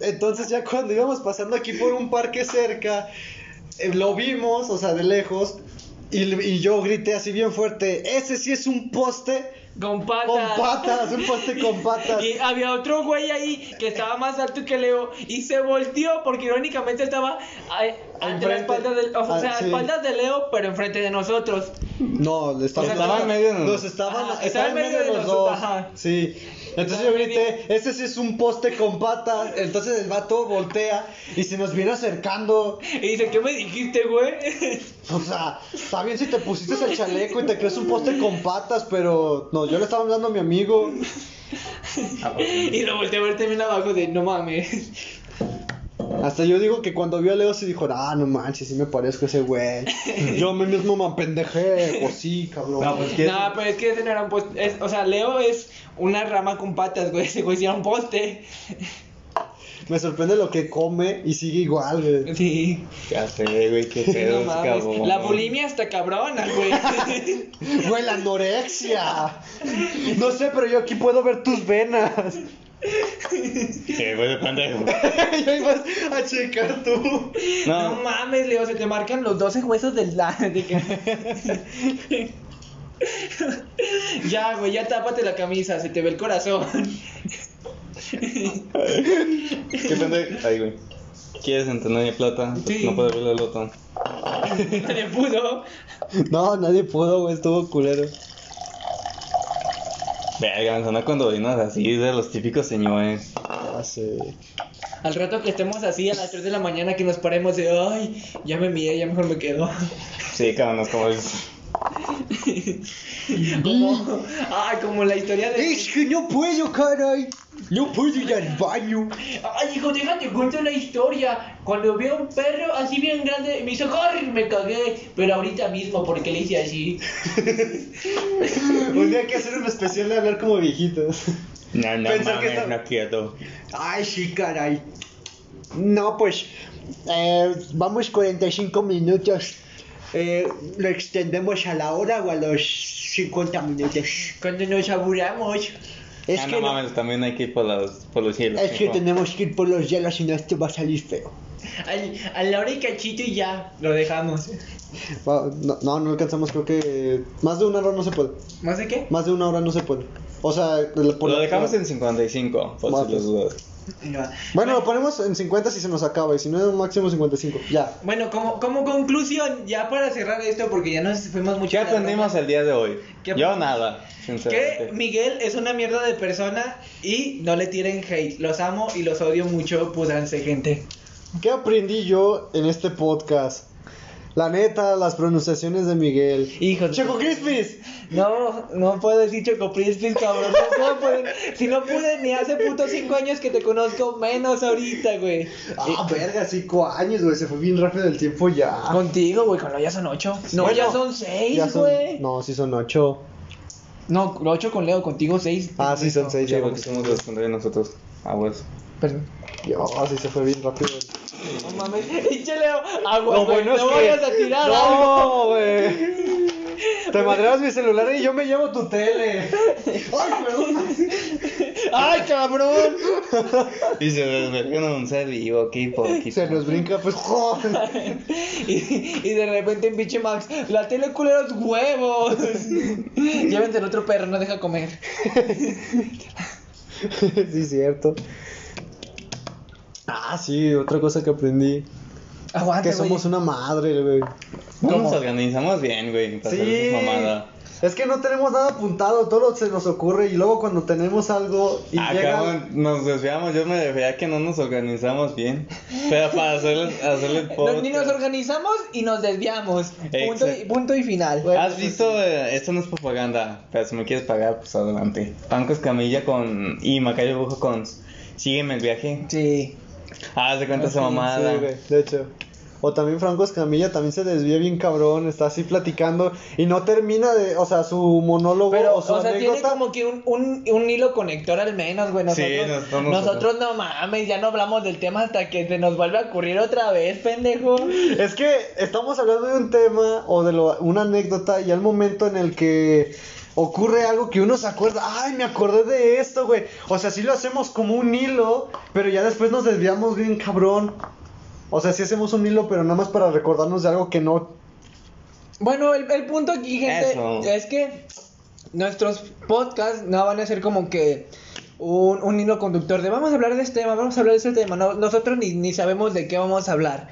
Speaker 1: Entonces ya cuando íbamos pasando aquí por un parque cerca, eh, lo vimos, o sea, de lejos, y, y yo grité así bien fuerte, ese sí es un poste
Speaker 3: Con patas.
Speaker 1: con patas, un poste con patas.
Speaker 3: (laughs) Y había otro güey ahí que estaba más alto que Leo y se volteó porque irónicamente estaba a- ante la
Speaker 1: Enfrente.
Speaker 3: espalda del- o sea,
Speaker 1: Ah, sí.
Speaker 3: a espaldas de Leo, pero enfrente de nosotros.
Speaker 1: No, le estaban,
Speaker 2: Estaba en medio de los-
Speaker 1: los estaban,
Speaker 3: Ajá,
Speaker 1: estaban Ah, en medio de los dos.
Speaker 3: ajá.
Speaker 1: Sí. Entonces
Speaker 3: Estaba
Speaker 1: yo
Speaker 3: en medio.
Speaker 1: grité, ese sí es un poste con patas. Entonces el vato voltea y se nos viene acercando.
Speaker 3: Y dice, ¿qué me dijiste, güey? (laughs)
Speaker 1: O sea, está bien si te pusiste el chaleco y te crees un poste con patas, pero no, yo le estaba hablando a mi amigo.
Speaker 2: Ah,
Speaker 3: y lo volteé a ver también abajo de, no mames.
Speaker 1: Hasta yo digo que cuando vio a Leo se dijo, ah, no manches, sí me parezco a ese güey. Yo me mismo me pendejé, o sí, cabrón.
Speaker 2: No, pues, ¿qué?
Speaker 3: No, pero es que ese no era un poste. es- o sea, Leo es una rama con patas, güey. Ese güey sí era un poste.
Speaker 1: Me sorprende lo que come y sigue igual, güey.
Speaker 3: Sí.
Speaker 2: Ya sé, güey, qué pedo,
Speaker 3: no mames.
Speaker 2: cabrón.
Speaker 3: La bulimia está cabrona, güey.
Speaker 1: (laughs) Güey, la anorexia. No sé, pero yo aquí puedo ver tus venas.
Speaker 2: Qué güey de pendejo.
Speaker 1: (laughs) yo ibas a checar tú.
Speaker 3: No.
Speaker 2: No.
Speaker 3: mames, Leo, se te marcan los 12 huesos del la- de que- (laughs) (laughs) ya, güey, ya tápate la camisa, se te ve el corazón.
Speaker 2: ¿Qué pendejo? Ay, güey. ¿Quieres entender mi plata? Pues
Speaker 3: Sí.
Speaker 2: No puedo abrirle el botón.
Speaker 3: Nadie pudo.
Speaker 1: No, nadie pudo, güey, estuvo culero.
Speaker 2: Verga, me suena cuando vinos así de los típicos señores.
Speaker 1: Ah, sí.
Speaker 3: Al rato que estemos así a las 3 de la mañana que nos paremos de, ay, ya me miré, ya mejor me quedo. (laughs)
Speaker 2: Sí, cabrón, es como es.
Speaker 3: Como, ay, como la historia de...
Speaker 1: que no puedo, caray. No puedo ir al baño.
Speaker 3: Ay, hijo, déjate cuento una historia. Cuando vi a un perro así bien grande, me hizo correr, me cagué. Pero ahorita mismo, porque le hice así.
Speaker 1: Un día hay que hacer un especial de hablar como viejitos.
Speaker 2: No, no,
Speaker 1: Pensar que
Speaker 2: mames,
Speaker 1: está-
Speaker 2: no quiero.
Speaker 1: Ay, sí, caray. No, pues. eh, vamos 45 minutos. Eh, lo extendemos a la hora o a los 50 minutos.
Speaker 3: Cuando nos aburramos.
Speaker 1: Es
Speaker 2: ah,
Speaker 1: que,
Speaker 2: no
Speaker 1: no-
Speaker 2: mames, también hay que ir por los, por los cielos.
Speaker 1: es que
Speaker 2: hijo.
Speaker 1: tenemos que ir por los hielos, si no, esto va a salir feo.
Speaker 3: Al, a la hora y cachito y ya, lo dejamos.
Speaker 1: No, no, no alcanzamos, creo que. Más de una hora no se puede.
Speaker 3: ¿Más de qué?
Speaker 1: Más de una hora no se puede. O sea, el- por
Speaker 2: Lo
Speaker 1: la-
Speaker 2: dejamos en 55, por
Speaker 1: Mames.
Speaker 2: si los dudas.
Speaker 3: No.
Speaker 1: Bueno, lo ponemos en 50 si se nos acaba. Y si no, máximo 55. Ya.
Speaker 3: Bueno, como, como conclusión, ya para cerrar esto, porque ya nos fuimos mucho.
Speaker 2: ¿Qué
Speaker 3: de la
Speaker 2: aprendimos el día de hoy?
Speaker 3: ¿Qué
Speaker 2: Yo
Speaker 3: aprendimos?
Speaker 2: nada,
Speaker 3: broma, Que
Speaker 2: sinceramente.
Speaker 3: Miguel es una mierda de persona y no le tiren hate. Los amo y los odio mucho, pudranse gente.
Speaker 1: ¿Qué aprendí yo en este podcast? La neta, las pronunciaciones de Eh, Miguel.
Speaker 3: Hijo de-
Speaker 1: ¡Checo Crispis!
Speaker 3: No, no puedo decir Choco Crispis, cabrón. No puedo poner- si no pude ni hace puto cinco años que te conozco, menos ahorita, güey. Eh,
Speaker 1: Ah, verga, cinco años, güey. Se fue bien rápido el tiempo ya.
Speaker 3: Contigo, güey, cuando ya son ocho. No,
Speaker 1: ah. Bueno,
Speaker 3: ya son
Speaker 1: Ya
Speaker 3: seis,
Speaker 1: son-
Speaker 3: güey.
Speaker 1: No, sí son ocho.
Speaker 3: No, ocho con Leo, contigo seis.
Speaker 1: Ah, sí son seis.
Speaker 2: Sí,
Speaker 1: Ya,
Speaker 2: porque somos los contrarios nosotros. Ah, pues.
Speaker 3: Perdón.
Speaker 1: Dios, sí se fue bien rápido.
Speaker 3: No mames. (laughs) Pinche Leo, agua,
Speaker 1: Lo
Speaker 3: güey,
Speaker 1: bueno es
Speaker 3: no
Speaker 1: que-
Speaker 3: vayas a tirar algo.
Speaker 1: No, güey.
Speaker 3: (laughs)
Speaker 1: Te madreas mi celular y yo me llevo tu tele. Ay, perdón.
Speaker 3: ¡Ay, cabrón!
Speaker 2: Y se desvergan un ser vivo, qué poquito.
Speaker 1: Se nos brinca, pues. (laughs) ¡joder!
Speaker 3: Y, y de repente en pinche Max, la tele culeros huevos. Llévense el otro perro, no deja comer.
Speaker 1: sí, cierto. Ah, sí, otra cosa que aprendí.
Speaker 3: Aguanta,
Speaker 1: que somos una madre, güey.
Speaker 2: No nos
Speaker 3: ¿Cómo?
Speaker 2: organizamos bien, güey, para hacer
Speaker 1: Sí.
Speaker 2: esa mamada.
Speaker 1: Es que no tenemos nada apuntado, todo se nos ocurre y luego cuando tenemos algo y
Speaker 2: Ah,
Speaker 1: llega-
Speaker 2: cabrón, nos desviamos, yo me desviaba que no nos organizamos
Speaker 1: (laughs)
Speaker 2: bien. Pero para hacerle, hacerle el
Speaker 3: Nos- ni nos
Speaker 2: podcast.
Speaker 3: organizamos y nos desviamos. Punto y,
Speaker 2: Exacto.
Speaker 3: punto y final.
Speaker 1: Bueno, pues,
Speaker 2: ¿Has visto? eh, esto no es propaganda, pero si me quieres pagar, pues adelante. Franco Escamilla con... y Macayo Bujo con... Sígueme el viaje.
Speaker 3: Sí.
Speaker 2: Ah, se cuenta esa mamada.
Speaker 1: Sí, güey, de hecho. O también Franco Escamilla también se desvía bien cabrón, está así platicando y no termina de, o sea, su monólogo
Speaker 3: Pero,
Speaker 1: o su
Speaker 3: o sea, tiene
Speaker 1: anécdota.
Speaker 3: como que un, un, un hilo conector al menos, güey.
Speaker 2: Sí,
Speaker 3: Nosotros,
Speaker 2: nos
Speaker 3: nosotros,
Speaker 2: vamos a-
Speaker 3: no mames, ya no hablamos del tema hasta que se nos vuelve a ocurrir otra vez, pendejo.
Speaker 1: Es que estamos hablando de un tema o de lo- una anécdota y al momento en el que ocurre algo que uno se acuerda, ay, me acordé de esto, güey. O sea, sí lo hacemos como un hilo, pero ya después nos desviamos bien cabrón. O sea, sí hacemos un hilo, pero nada más para recordarnos de algo que no...
Speaker 3: Bueno, el, el punto aquí, gente,
Speaker 2: Eso.
Speaker 3: es que nuestros podcasts no van a ser como que un, un hilo conductor de vamos a hablar de este tema, vamos a hablar de este tema. No, nosotros ni, ni sabemos de qué vamos a hablar.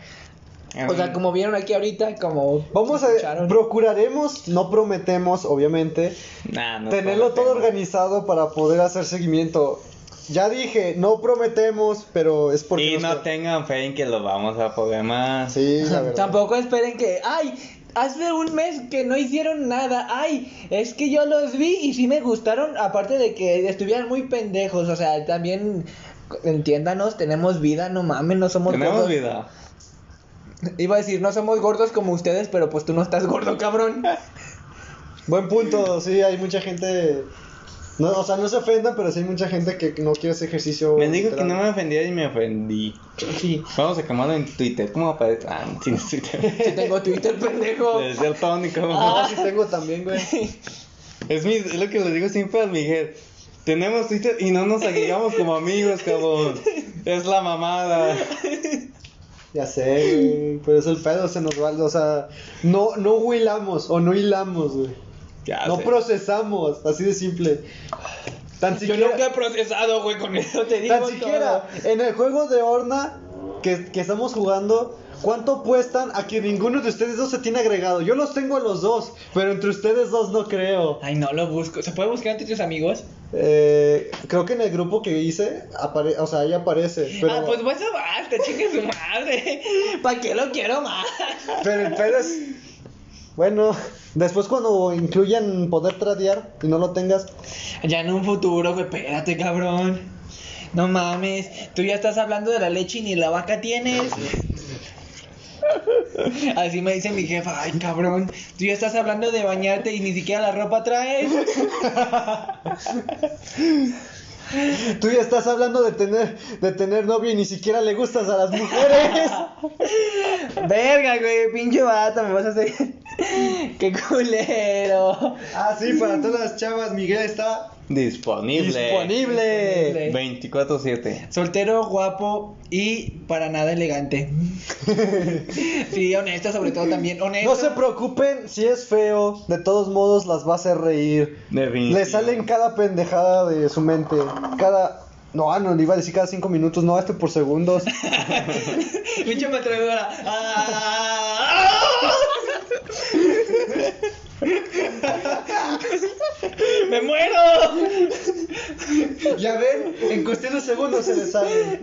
Speaker 3: O sea, como vieron aquí ahorita, como...
Speaker 1: Vamos a...
Speaker 3: escucharon. (laughs)
Speaker 1: Procuraremos, no prometemos, obviamente,
Speaker 2: Nah, no
Speaker 1: tenerlo todo
Speaker 2: prometemos.
Speaker 1: organizado para poder hacer seguimiento. Ya dije, no prometemos, pero es porque...
Speaker 2: Y
Speaker 1: nos-
Speaker 2: no tengan fe en que lo vamos a programar.
Speaker 1: Sí,
Speaker 3: (laughs)
Speaker 1: la verdad.
Speaker 3: Tampoco esperen que, ay, hace un mes que no hicieron nada, ay, es que yo los vi y sí me gustaron, aparte de que estuvieran muy pendejos, o sea, también entiéndanos, tenemos vida, no mames, no somos
Speaker 2: Tenemos
Speaker 3: gordos.
Speaker 2: vida.
Speaker 3: Iba a decir, no somos gordos como ustedes, pero pues tú no estás gordo, cabrón.
Speaker 1: Buen punto, sí, hay mucha gente. No, o sea, no se ofendan, pero sí hay mucha gente que no quiere hacer ejercicio.
Speaker 2: Me dijo que
Speaker 1: literal.
Speaker 2: no me ofendía y me ofendí.
Speaker 3: Sí,
Speaker 2: Vamos a quemarlo en Twitter. ¿Cómo aparece? Ah, no tienes Twitter.
Speaker 3: sí tengo Twitter, pendejo.
Speaker 2: Desde el tónico.
Speaker 1: Ah, sí tengo también, güey.
Speaker 3: (laughs)
Speaker 2: Es, mi- es lo que le digo siempre al Miguel. Tenemos Twitter y no nos agregamos como amigos, cabrón. Es la mamada.
Speaker 1: Ya sé, güey. Pero es el pedo, se nos va. O sea, no, no huilamos o no hilamos, güey.
Speaker 2: Ya
Speaker 1: No
Speaker 2: sé.
Speaker 1: procesamos, así de simple. Tan
Speaker 3: Yo
Speaker 1: siquiera,
Speaker 3: nunca he procesado, güey, con eso te digo
Speaker 1: tan siquiera en el juego de Horna que, que estamos jugando, ¿cuánto apuestan a que ninguno de ustedes dos se tiene agregado? Yo los tengo a los dos, pero entre ustedes dos no creo.
Speaker 3: todo. Ay, no lo busco. ¿Se puede buscar entre tus amigos?
Speaker 1: Eh, creo que en el grupo que hice, apare- o sea, ahí aparece. Pero,
Speaker 3: Ah, pues bueno, basta, chingue su madre. (laughs) ¿Para qué lo quiero más?
Speaker 1: pero el pedo es... Bueno, después cuando incluyan poder tradear y no lo tengas,
Speaker 3: Ya en un futuro, güey, espérate, cabrón. No mames, tú ya estás hablando de la leche y ni la vaca tienes. Así me dice mi jefa, ay cabrón, tú ya estás hablando de bañarte y ni siquiera la ropa traes.
Speaker 1: tú ya estás hablando de tener, de tener novio y ni siquiera le gustas a las mujeres.
Speaker 3: Verga, güey, pinche vato, me vas
Speaker 1: (laughs)
Speaker 3: a hacer. Qué culero.
Speaker 1: (laughs) Ah, sí, para todas las chavas, Miguel está
Speaker 2: Disponible.
Speaker 1: disponible.
Speaker 2: 24-7.
Speaker 3: Soltero, guapo y para
Speaker 1: (laughs)
Speaker 3: nada elegante. Sí, honesto, sobre todo también. Honesto.
Speaker 1: No se preocupen si es feo, de todos modos las va a hacer reír.
Speaker 2: Definitivo.
Speaker 1: Le salen cada pendejada de su mente, cada... No, ah, no, le iba a decir cada cinco minutos, no, este por segundos.
Speaker 3: Pinche matreadora. Ah. ¡Me muero!
Speaker 1: (laughs) ya ven, en cuestión de segundos se le sale.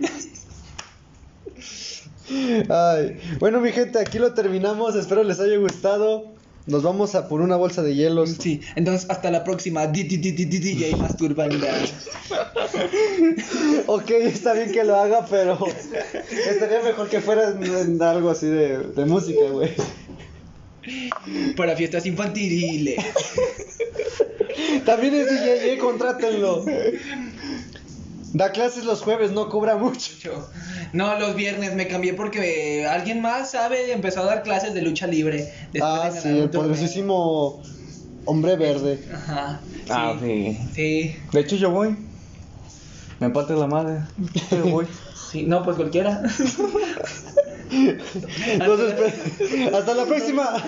Speaker 1: Ay, bueno mi gente, aquí lo terminamos, espero les haya gustado. Nos vamos a por una bolsa de (laughs) hielos.
Speaker 3: Sí, entonces hasta la próxima. Di, di, di, di, di, DJ Masturbanda.
Speaker 1: Ok, está bien que lo haga, pero estaría mejor que fuera en, en algo así de, de música, güey.
Speaker 3: Para fiestas infantiles.
Speaker 1: También es DJ, eh, contrátenlo. Da clases los jueves, no cobra mucho.
Speaker 3: No, los viernes me cambié porque eh, alguien más sabe, empezó a dar clases de lucha libre. después
Speaker 1: ah,
Speaker 3: de ganar
Speaker 1: sí,
Speaker 3: un
Speaker 1: el
Speaker 3: torneo.
Speaker 1: poderosísimo hombre verde.
Speaker 3: Ajá. Sí.
Speaker 2: Ah, sí.
Speaker 3: Sí.
Speaker 2: De hecho,
Speaker 1: (laughs)
Speaker 2: yo voy. Me parte la madre. Pero voy.
Speaker 3: Sí, no, pues cualquiera.
Speaker 1: Entonces, pues, hasta la próxima.